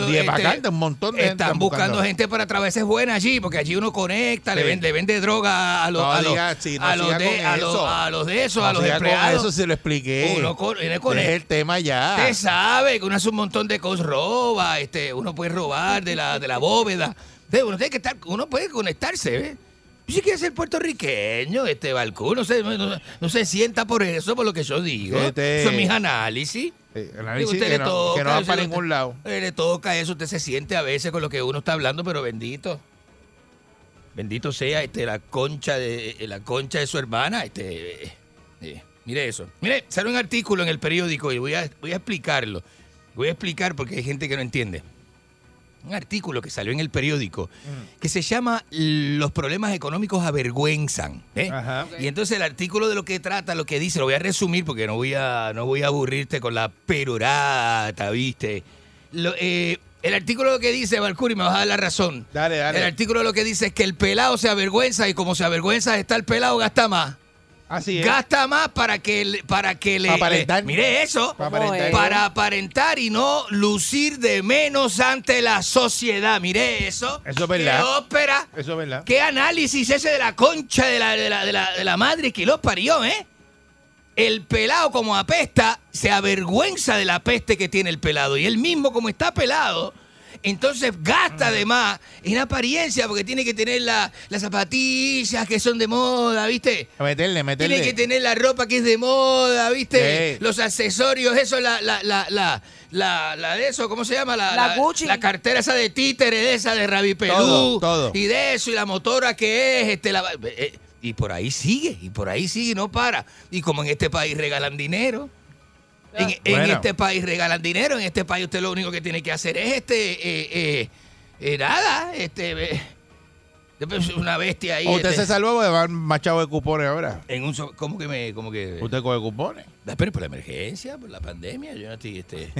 este,
10 vacantes, un montón de gente
Están
están
buscando,
buscando.
gente para travesas buenas allí, porque allí uno conecta, le,
Sí.
vende, le vende droga a los,
No
a los,
digas, sí, no
a los
siga
de,
con
a los-
eso.
a los de esos,
No
a los
siga con
empleados.
Eso se lo expliqué.
Uno con- viene con
Deje
él.
el tema ya.
Usted sabe que uno hace un montón de cosas, roba, este, uno puede robar de la, de la bóveda. Usted- Uno tiene que estar, uno puede conectarse, ¿ves? Yo sí quiero ser puertorriqueño, este balcón, no se, no, no- no se sienta por eso, por lo que yo digo.
Este-
Son mis análisis.
Eh, análisis
Digo, usted
que
le
no- que no va
usted-
para ningún
usted-
lado.
eh, Le toca eso, usted se siente a veces con lo que uno está hablando, pero bendito. Bendito sea este, la concha de eh, la concha de su hermana. Este, eh, eh, mire eso. Mire, sale un artículo en el periódico y voy a, voy a explicarlo. Voy a explicar porque hay gente que no entiende. Un artículo que salió en el periódico que se llama Los problemas económicos avergüenzan. ¿eh? Y entonces el artículo de lo que trata, lo que dice, lo voy a resumir porque no voy a, no voy a aburrirte con la perorata, ¿viste? Lo- eh, el artículo de lo que dice, Valcuri, me vas a dar la razón.
Dale, dale.
El artículo de lo que dice es que el pelado se avergüenza y como se avergüenza de estar pelado, gasta más.
Así es.
Gasta más para que, le- para que le...
eh. Para aparentar.
le- mire eso.
Para aparentar.
Para aparentar y no lucir de menos ante la sociedad. Mire eso.
Eso es verdad.
Qué ópera.
Eso es verdad.
¿Qué análisis ese de la concha de la, de la, de la, de la madre que los parió, eh? El pelado como apesta, se avergüenza de la peste que tiene el pelado. Y él mismo como está pelado, entonces gasta además en apariencia porque tiene que tener la- las zapatillas que son de moda, ¿viste?
Meterle, meterle.
Tiene que tener la ropa que es de moda, ¿viste?
Sí.
Los accesorios, eso, la, la, la, la, la, la de eso, ¿cómo se llama? La,
La Gucci.
La cartera esa de títere, de esa de Rabi Pelú.
Todo, todo.
Y de eso, y la motora que es, este, la- eh, y por ahí sigue, y por ahí sigue, y no para. Y como en este país regalan dinero. En, en
Bueno.
este país regalan dinero, en este país usted lo único que tiene que hacer es este, eh, eh, eh, nada, este, eh, Es una bestia ahí.
Usted
este,
se salvó porque van machado de cupones ahora.
En un so- ¿Cómo que me.? Cómo que,
Usted coge cupones.
Ah, Pero por la emergencia, por la pandemia, yo no estoy. Este,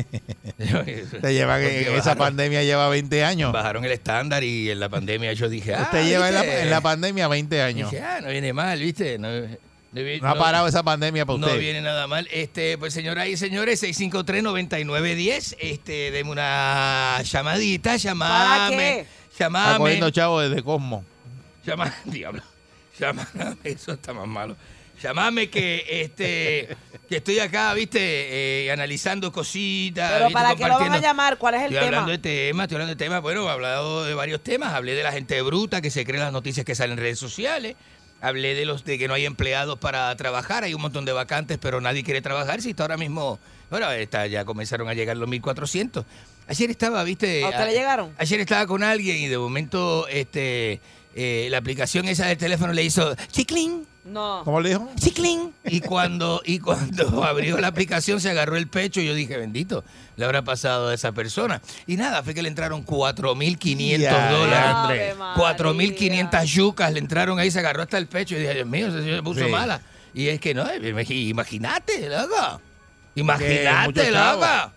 Te lleva que
Porque
esa
bajaron-
pandemia lleva 20 años.
Bajaron el estándar y en la pandemia yo dije. Ah,
Usted lleva en la,
¿viste?
en la pandemia 20 años.
Dije, ah, no viene mal, ¿viste? No, no vi-
No ha
no-
parado esa pandemia para
No
usted.
viene nada mal. Este, pues señoras y señores, 653-9910. Este, deme una llamadita,
¿Para
llamame.
qué? Está
Llamame.
cogiendo chavo desde Cosmo.
Llama, diablo. Llámame, eso está más malo. Llamame que este que estoy acá, viste, eh, analizando cositas.
Pero
¿viste?
¿para qué lo van a
compartiendo.
llamar? ¿Cuál es el
Estoy
tema?
hablando de temas, estoy hablando de temas. Bueno, he hablado de varios temas. Hablé de la gente bruta que se cree las noticias que salen en redes sociales. Hablé de los de que no hay empleados para trabajar. Hay un montón de vacantes, pero nadie quiere trabajar. Si está ahora mismo. Bueno, está, ya comenzaron a llegar los 1.400. Ayer estaba, viste.
¿A usted le llegaron?
Ayer estaba con alguien y de momento este, eh, la aplicación esa del teléfono le hizo chiclin.
No.
¿Cómo le dijo?
Chiclin. Y cuando, y cuando abrió la aplicación se agarró el pecho y yo dije, bendito, le habrá pasado a esa persona. Y nada, fue que le entraron 4.500
Ya,
dólares.
Ave
4.500 yucas le entraron ahí, se agarró hasta el pecho y dije, Dios mío, se, se puso
Sí.
mala. Y es que no, eh, imagínate, loco.
mucho
Imagínate,
chavo.
loco.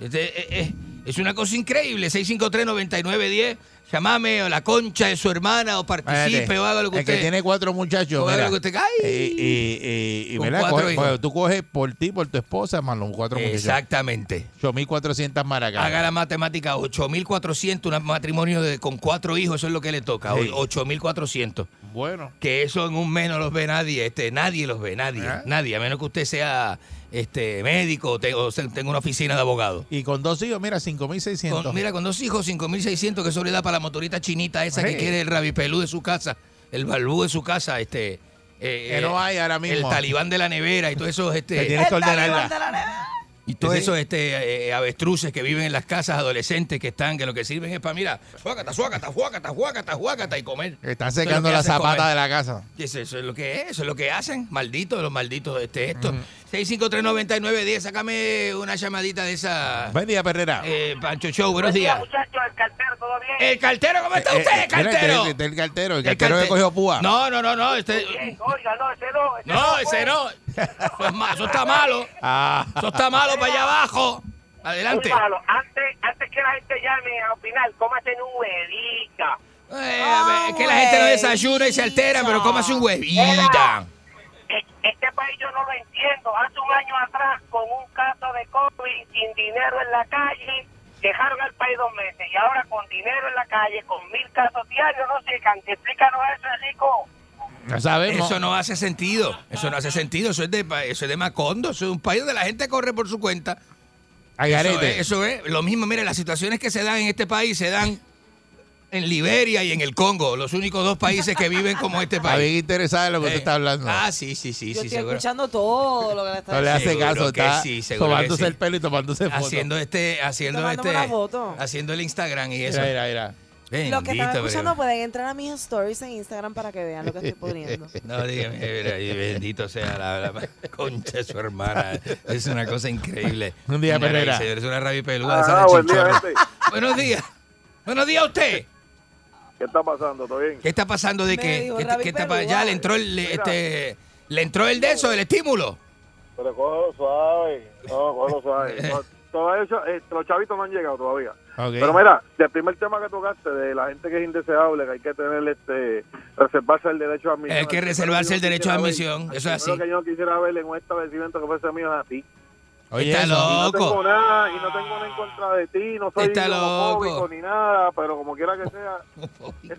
Este, eh, eh, es una cosa increíble. 653-9910. Llamame o la concha de su hermana o participe
Espérate.
o haga lo que
El
usted.
que tiene cuatro muchachos.
O
mira.
haga lo que usted- ¡ay!
Eh, eh, eh, y
Con
mira,
cuatro
coge-
hijos.
coge- tú coges por ti, por tu esposa, más los cuatro muchachos.
Exactamente.
8.400 maracas.
Haga la matemática, 8.400, un matrimonio de- con cuatro hijos, eso es lo que le toca,
Sí.
8.400.
Bueno.
Que eso en un mes no los ve nadie, este, nadie los ve, nadie,
¿Eh?
nadie, a menos que usted sea este, médico o, te- o se- tenga una oficina de abogado.
Y con dos hijos, mira, 5.600.
Con- mira, con dos hijos, 5.600, que eso le da para la motorita chinita esa
Sí.
que quiere el rabipelú de su casa, el balbú de su casa, este... eh,
Que no
eh,
hay ahora mismo.
El talibán de la nevera y todo eso, este...
Que tienes que El talibán ordenarla. de
Y todos esos este, eh, avestruces que viven en las casas adolescentes que están, que lo que sirven es para, mira, suácata, suácata, suácata, suácata, suácata y comer.
Están
Eso es lo
secando
que
la
hacen
zapata
comer.
de la casa.
Y Eso, eso es lo que es, eso es lo que hacen, malditos, los malditos de este esto. 6539910, sácame una llamadita de esa.
Buen día, Perrera.
Eh, Pancho Show, buenos días. el cartero, ¿cómo está
Eh, eh,
usted,
mira,
cartero?
este- este es el cartero, el
El
cartero que
carte-
cogió púa.
No, no, no, no, este-
Oiga, no, ese no.
no, ese no. Eso, es ma- eso está malo.
Ah.
Eso está malo para allá abajo. Adelante.
Muy malo. Antes, antes que la gente llame a opinar, cómate en un huevita.
Eh, a ver, que la gente no desayuna y se altera, pero cómase un huevita.
Este país yo no lo entiendo. Hace un año atrás, con un caso de COVID, sin dinero en la calle, dejaron al país dos meses. Y ahora con dinero en la calle, con mil casos diarios, no sé, can- explícanos eso, Rico.
No sabemos.
Eso no hace sentido. Eso no hace sentido. Eso es de, pa- eso es de Macondo. Eso es un país donde la gente corre por su cuenta.
Ay,
Eso
garete.
es, eso es. Lo mismo, mire, las situaciones que se dan en este país se dan en Liberia y en el Congo. Los únicos dos países que viven como este
Está bien
país.
interesada en lo que usted
Eh,
está hablando.
Ah, sí, sí, sí,
Yo
sí,
estoy
seguro.
escuchando todo lo que le está
no le hace
seguro
caso,
que
está
sí, seguro que
tomándose
sí.
el pelo y tomándose fotos.
Haciendo este, haciendo
Tomándome
este,
una foto.
haciendo el Instagram y eso.
Mira, mira, mira.
Bendito,
Los que están escuchando
pero-
pueden entrar a mis stories en Instagram para que vean lo que estoy poniendo.
No, dígame, eh, mira, y bendito sea la, la concha de su hermana. Es una cosa increíble.
Un día,
Señoras y
Pereira.
señores, Es una rabia peluda. esa
Ajá,
de
Ah, buen día,
chinchorro.
gente.
Buenos días. Buenos días a usted.
¿Qué está pasando? ¿Todo bien?
¿Qué está pasando de
Me
que,
dijo
que,
rabia
que está
peluda.
ya le entró el le-
Mira.
este le entró el de eso, el estímulo?
Pero cógelo suave. No, cógelo suave. No, todavía eso, eh, los chavitos no han llegado todavía. Pero mira, el primer tema que tocaste de la gente que es indeseable, que hay que tener este reservarse el derecho a admisión.
Hay que
Al primero
reservarse
yo
el derecho
quisiera
a
ver-
admisión,
al
eso es
primero
así.
que yo no quisiera ver en un establecimiento que fuese mío es a ti.
Oye,
está
Y
eso.
no tengo
loco.
nada, y no tengo nada en contra de ti, no soy
Está
homofóbico
loco.
ni nada, pero como quiera que sea.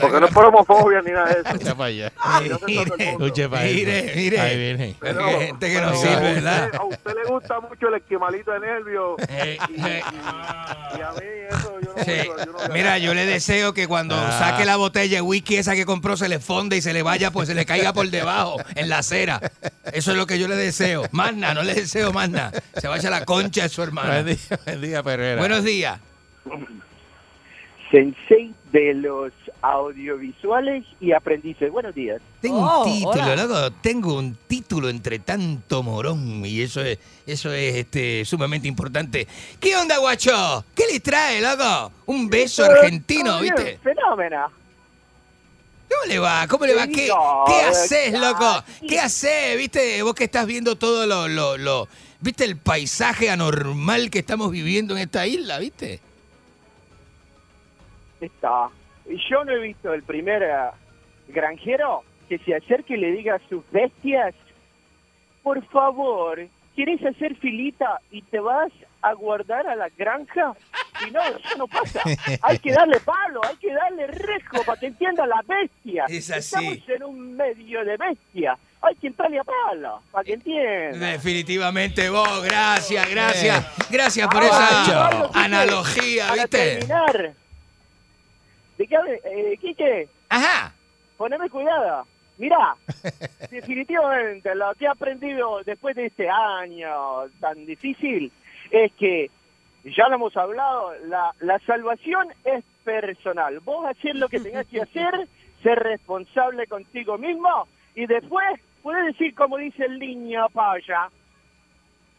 Porque
no es por homofobia ni nada de eso.
Escucha para allá.
Yo sé todo el mundo.
Escucha para
Mire,
allá.
mire.
Ahí viene.
Pero que hay gente que
pero
no sirve,
a
¿verdad?
usted- A usted le gusta mucho el esquimalito de nervios.
Eh,
y, y- y a mí eso yo no
Sí.
puedo, yo no-
Mira, yo le deseo que cuando
Ah.
saque la botella de whisky esa que compró se le fonde y se le vaya, pues se le caiga por debajo, en la acera. Eso es lo que yo le deseo. Más nada, no le deseo más nada. Se vaya a la concha de su hermano.
Buen día, buen día, Perrera.
Buenos días.
sensei de los audiovisuales y aprendices. Buenos días.
Tengo un título, loco, tengo un título entre tanto morón y eso es, eso es este, sumamente importante. ¿Qué onda, guacho? ¿Qué les trae, loco? Un beso
Pero,
argentino,
oye,
¿viste?
Fenómeno.
¿Cómo le va? ¿Cómo le va? ¿Qué,
Digo,
qué haces,
ay.
loco? ¿Qué haces? ¿Viste? Vos que estás viendo todo lo, lo, lo- ¿Viste el paisaje anormal que estamos viviendo en esta isla, viste?
Está. Yo no he visto el primer eh, granjero que se acerque y le diga a sus bestias, por favor, ¿quieres hacer filita y te vas a guardar a la granja? Y no, eso no pasa. Hay que darle palo, hay que darle rejo para que entienda la bestia.
Es así.
Estamos en un medio de bestia. Hay que entrarle a palo para que entienda.
Eh, Definitivamente vos, gracias, gracias. Gracias por
Ah,
esa
Pablo, Quique,
analogía,
para
¿viste?
terminar, dígame, eh, Quique.
Ajá.
Poneme cuidado. Mirá, definitivamente lo que he aprendido después de este año tan difícil es que, ya lo hemos hablado, la, la salvación es personal. Vos haces lo que tengas que hacer, ser responsable contigo mismo y después puedes decir como dice el niño paya,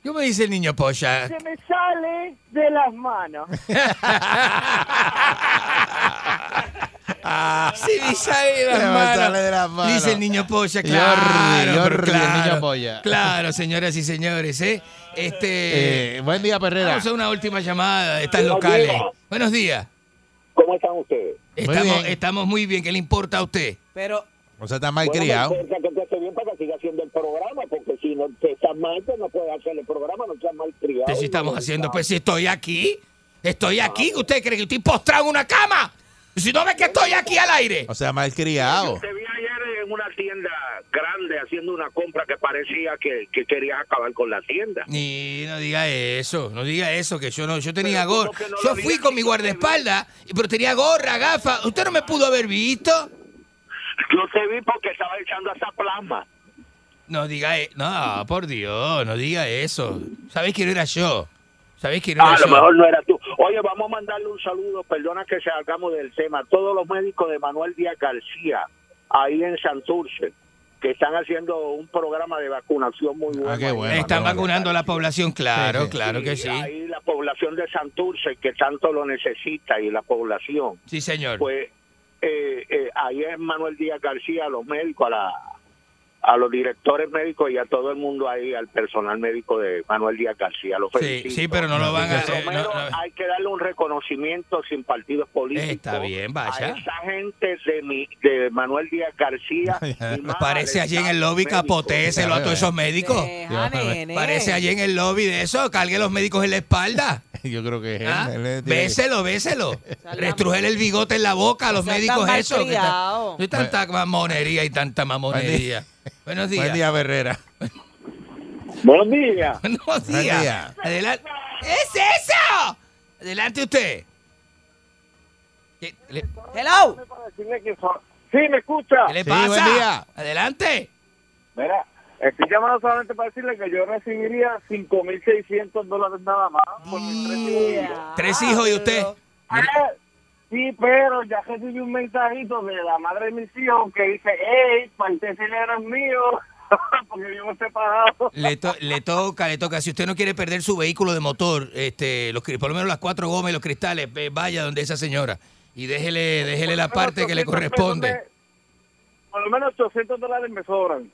¿Cómo dice el niño polla?
se me sale de las manos.
Se me sale de las
Se me
manos.
sale de las manos.
Dice el niño polla,
Jordi,
claro. pero
Jordi, el
claro,
niño polla.
Claro, señoras y señores, ¿eh? Este.
Eh, buen día, Perrera.
Vamos a una última llamada de estas
Buenos
locales.
días.
Buenos días.
¿Cómo están ustedes?
Estamos
bien.
estamos muy bien. ¿Qué le importa a usted?
Pero.
O sea, está mal
Bueno,
criado.
pues,
me importa que tú estés bien para que siga haciendo el programa, porque si no te estás mal, pues no puedes hacer el programa, no seas mal criado.
Pues si estamos haciendo, pues si estoy aquí,
Ah.
estoy aquí. ¿Usted cree que estoy postrado en una cama? Si no ve que estoy aquí al aire.
O sea, mal criado.
Te vi ayer en una tienda grande haciendo una compra que parecía que, que querías acabar con la tienda.
Ni no diga eso, no diga eso, que yo no, yo tenía
Pero tú
gorra.
no que no
Yo
lo
fui con mi guardaespaldas, y- pero tenía gorra, gafas. ¿Usted no me pudo haber visto?
Yo te vi porque estaba echando esa plasma.
No diga, e- no, por Dios, no diga eso. ¿Sabéis que no era yo? ¿Sabéis que no era
Ah, a
yo?
lo mejor no era tú. Oye, vamos a mandarle un saludo, perdona que salgamos del tema, a todos los médicos de Manuel Díaz García, ahí en Santurce, que están haciendo un programa de vacunación muy
Ah,
bueno.
Están vacunando a la población, claro,
Sí, sí.
claro que sí.
Ahí la población de Santurce, que tanto lo necesita, y la población.
Sí, señor.
Pues eh, eh, ahí es Manuel Díaz García, a los médicos, a, la, a los directores médicos y a todo el mundo ahí, al personal médico de Manuel Díaz García. Lo felicito.
sí, pero no lo van a- eh,
Romero, Hay que darle un reconocimiento sin partidos políticos.
Está bien,
A
vaya.
esa gente de, mi, de Manuel Díaz García. y más
Parece
al
allí en
Estado
el lobby
médico.
capotéselo a todos esos médicos.
Deja, eh, ah, nene.
Parece allí en el lobby de eso, cargue los médicos en la espalda.
Yo creo que es él.
¿Ah?
Eh, Él le tiene-
Béselo, béselo. Restrujele el bigote en la boca a los
Sean tan
médicos eso. que tan-
malcriados.
No hay tanta mamonería y tanta mamonería. Buenos días.
Buen día, Herrera.
Buenos días.
Buenos
Buen
días.
día.
Adelante. ¡Es eso! Adelante usted. ¿Qué le,
Hello.
Sí, me escucha.
qué le pasa? Adelante.
Mira, estoy llamando solamente para decirle que yo recibiría 5.600 dólares nada más por mis tres hijos.
Tres hijos y usted.
Ah, sí, pero ya recibí un mensajito de la madre de mis hijos que dice, hey, parte ese dinero es mío, porque yo me he separado.
Le, to- le toca, le toca. Si usted no quiere perder su vehículo de motor, este, los, cri- por lo menos las cuatro gomas y los cristales, ve- vaya donde esa señora. Y déjele, déjele la parte que le corresponde.
Por lo menos 800 dólares me sobran.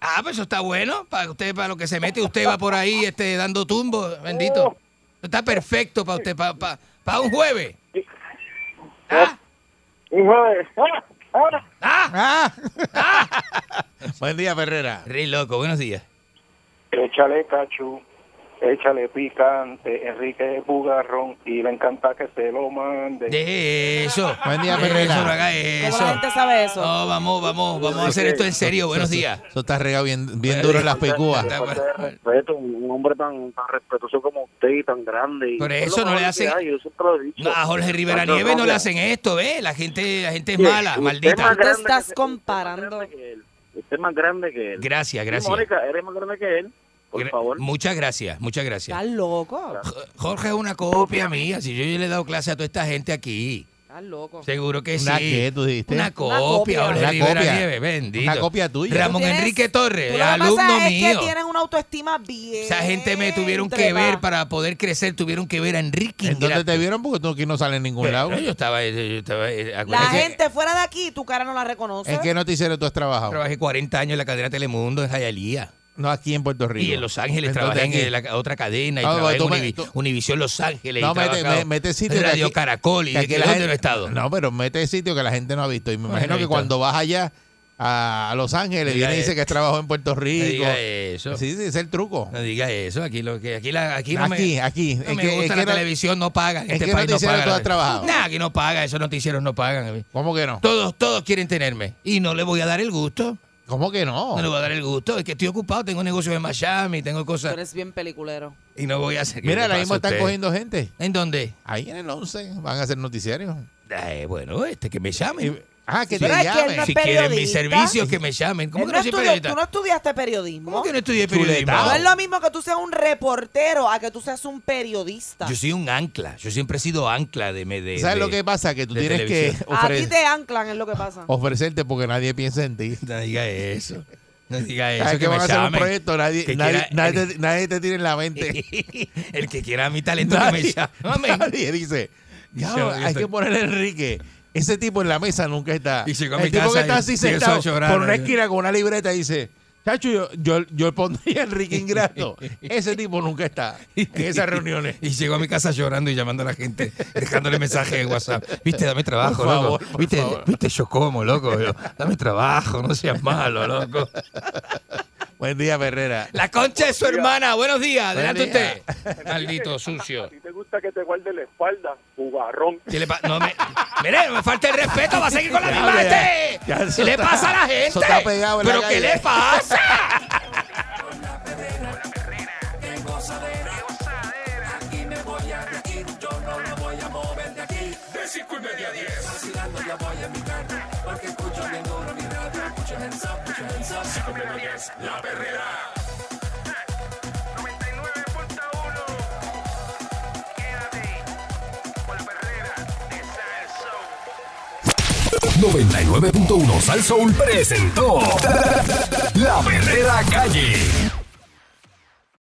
Ah, pues eso está bueno. Para usted, para lo que se mete, usted va por ahí este, dando tumbo, bendito. Está perfecto para usted, para, para, para un jueves.
Un jueves.
Ah. Buen día, Herrera.
Rey loco, buenos días.
Échale cachu, échale picante, Enrique es bugarrón y le encanta que se lo mande.
Deje eso.
Buen día,
Deje
Perrera.
Eso, no haga eso.
La gente sabe eso.
No, vamos, vamos, vamos a hacer esto en serio. Buenos días.
Eso está regado bien, bien duro en las pecúas.
Falta de respeto, un hombre tan, tan respetuoso como usted y tan grande. y
Por
es lo
eso no
mejor
le
que
hacen-
hay, yo siempre lo he dicho.
No, a Jorge Rivera
Tanto
Nieves no le
novia.
hacen esto, ¿ve? La gente, la gente es
Sí,
mala,
usted es
maldita.
más grande
Estás comparando.
Usted es más grande que él.
Gracias,
Sí,
gracias.
Mónica, eres más grande que él.
Gra- Muchas gracias, muchas gracias.
Estás loco.
Jorge es una copia mía, si yo, yo le he dado clase a toda esta gente aquí.
Estás loco.
Seguro que
¿Una
sí.
qué, tú dijiste?
Una
Una
copia,
copia.
Jorge
Una
Rivera
copia.
Nieves, bendito.
Una copia tuya.
Ramón
Tú tienes-
Enrique
Tú
Torres,
lo que pasa
alumno
es
mío.
que tienes una autoestima bien.
Esa gente me tuvieron que
trepa.
ver para poder crecer, tuvieron que ver a Enrique.
Entonces te vieron porque tú aquí no sales en ningún lado.
Yo estaba, yo estaba- eh,
La
acuérdate que
gente fuera de aquí, tu cara no la reconoce.
¿En qué noticiero tú has trabajado?
Trabajé 40 años en la cadena Telemundo, en Jayalía.
No, aquí en Puerto Rico.
Y en Los Ángeles
Entonces,
trabajé en
aquí.
la otra cadena y
Ah,
trabajé en
tú me-
Univi-
tú-
Univisión Los Ángeles.
No,
y
mete,
trabajaba
me- mete sitio.
en
que
Radio
aquí-
Caracol y
que aquí
de
la
dónde
gente-
no he estado.
No, pero mete sitio que la gente no ha visto. Y me imagino
no he
que
visto.
cuando vas allá a Los Ángeles,
Diga
viene y dice
eso.
que has trabajado en Puerto
No
Rico.
diga eso.
Sí, sí, ese es el truco.
No diga eso. Aquí, lo que, aquí, la, aquí, no
Aquí,
me,
aquí.
no
Es
me
que-
gusta
es
la
que no-
televisión, no pagan.
¿En
Este
qué
país no
noticiero
paga.
tú has trabajado?
Nah, aquí no paga. Esos noticieros no pagan.
¿Cómo que no?
Todos, todos quieren tenerme. Y no le voy a dar el gusto.
¿Cómo que no?
No le voy a dar el gusto. Es que estoy ocupado. Tengo negocios en Miami, tengo
Tú
cosas.
eres bien peliculero.
Y no voy a hacer. ¿Qué le
Mira, ahora
pasa
mismo
a
están
ustedes?
cogiendo gente.
¿En dónde?
Ahí en el 11. Van a hacer noticiarios.
Eh, bueno, este que me llamen.
Ah, que
Sí.
te llamen.
si quieren mis servicios, que me llamen. ¿Cómo
Él
que
no
no soy
estudió-
periodista?
tú no estudiaste periodismo.
¿Cómo que no estudié periodismo?
No es lo mismo que tú seas un reportero a que tú seas un periodista.
Yo soy un ancla. Yo siempre he sido ancla de. me- de
¿Sabes
de-
lo que pasa? Que tú
de
tienes
televisión.
que
Ah, a ti
ofrecer-
te anclan, es lo que pasa.
ofrecerte porque nadie piensa en ti.
No diga eso. No diga
Cada
eso.
vez
Que,
que van
me
a hacer un
llamen.
proyecto, nadie,
Que
nadie,
quiera-
nadie, te, nadie te tiene en la mente.
El que quiera mi talento
nadie,
que me llamen.
nadie dice, "Ya,
Yo- yo
hay
estoy-
que ponerle a Enrique. Ese tipo en la mesa nunca está.
Y llegó a mi
el tipo
casa
que
y
está así
empiezo a
sentado
llorar,
por una
¿no?
esquina con una libreta y dice, chacho, yo, yo, yo pondría a Enrique Ingrato. Ese tipo nunca está en esas reuniones.
Y llegó a mi casa llorando y llamando a la gente, dejándole mensajes de WhatsApp. Viste, dame trabajo,
Por favor,
loco.
por
Viste,
favor.
viste, yo como, loco. Yo, dame trabajo, no seas malo, loco.
Buen día, Ferrera.
La concha de su hermana. Buenos días.
Buen
Adelante
día.
usted. Maldito sucio.
¿Te gusta que te guarde la espalda, jugarrón?
¿Qué le pa- no me, mire, me falta el respeto. Va a seguir con la misma
Ya,
este.
ya,
¿Qué
eso
le
está-
pasa a la gente?
eso está pegado en la
¿Pero qué
calle.
le pasa?
Qué gozadera, Aquí me voy a reír, yo no me voy a mover de aquí. De cinco y media a diez. Vacilando ya voy en mi carro, porque escucho bien duro mi radio. Escucho hands up, escucho hands up. Cinco y media a diez, la perrera. 99.1. Quédate con la perrera de Salso.
99.1 Sal Soul presentó La Verdadera Calle.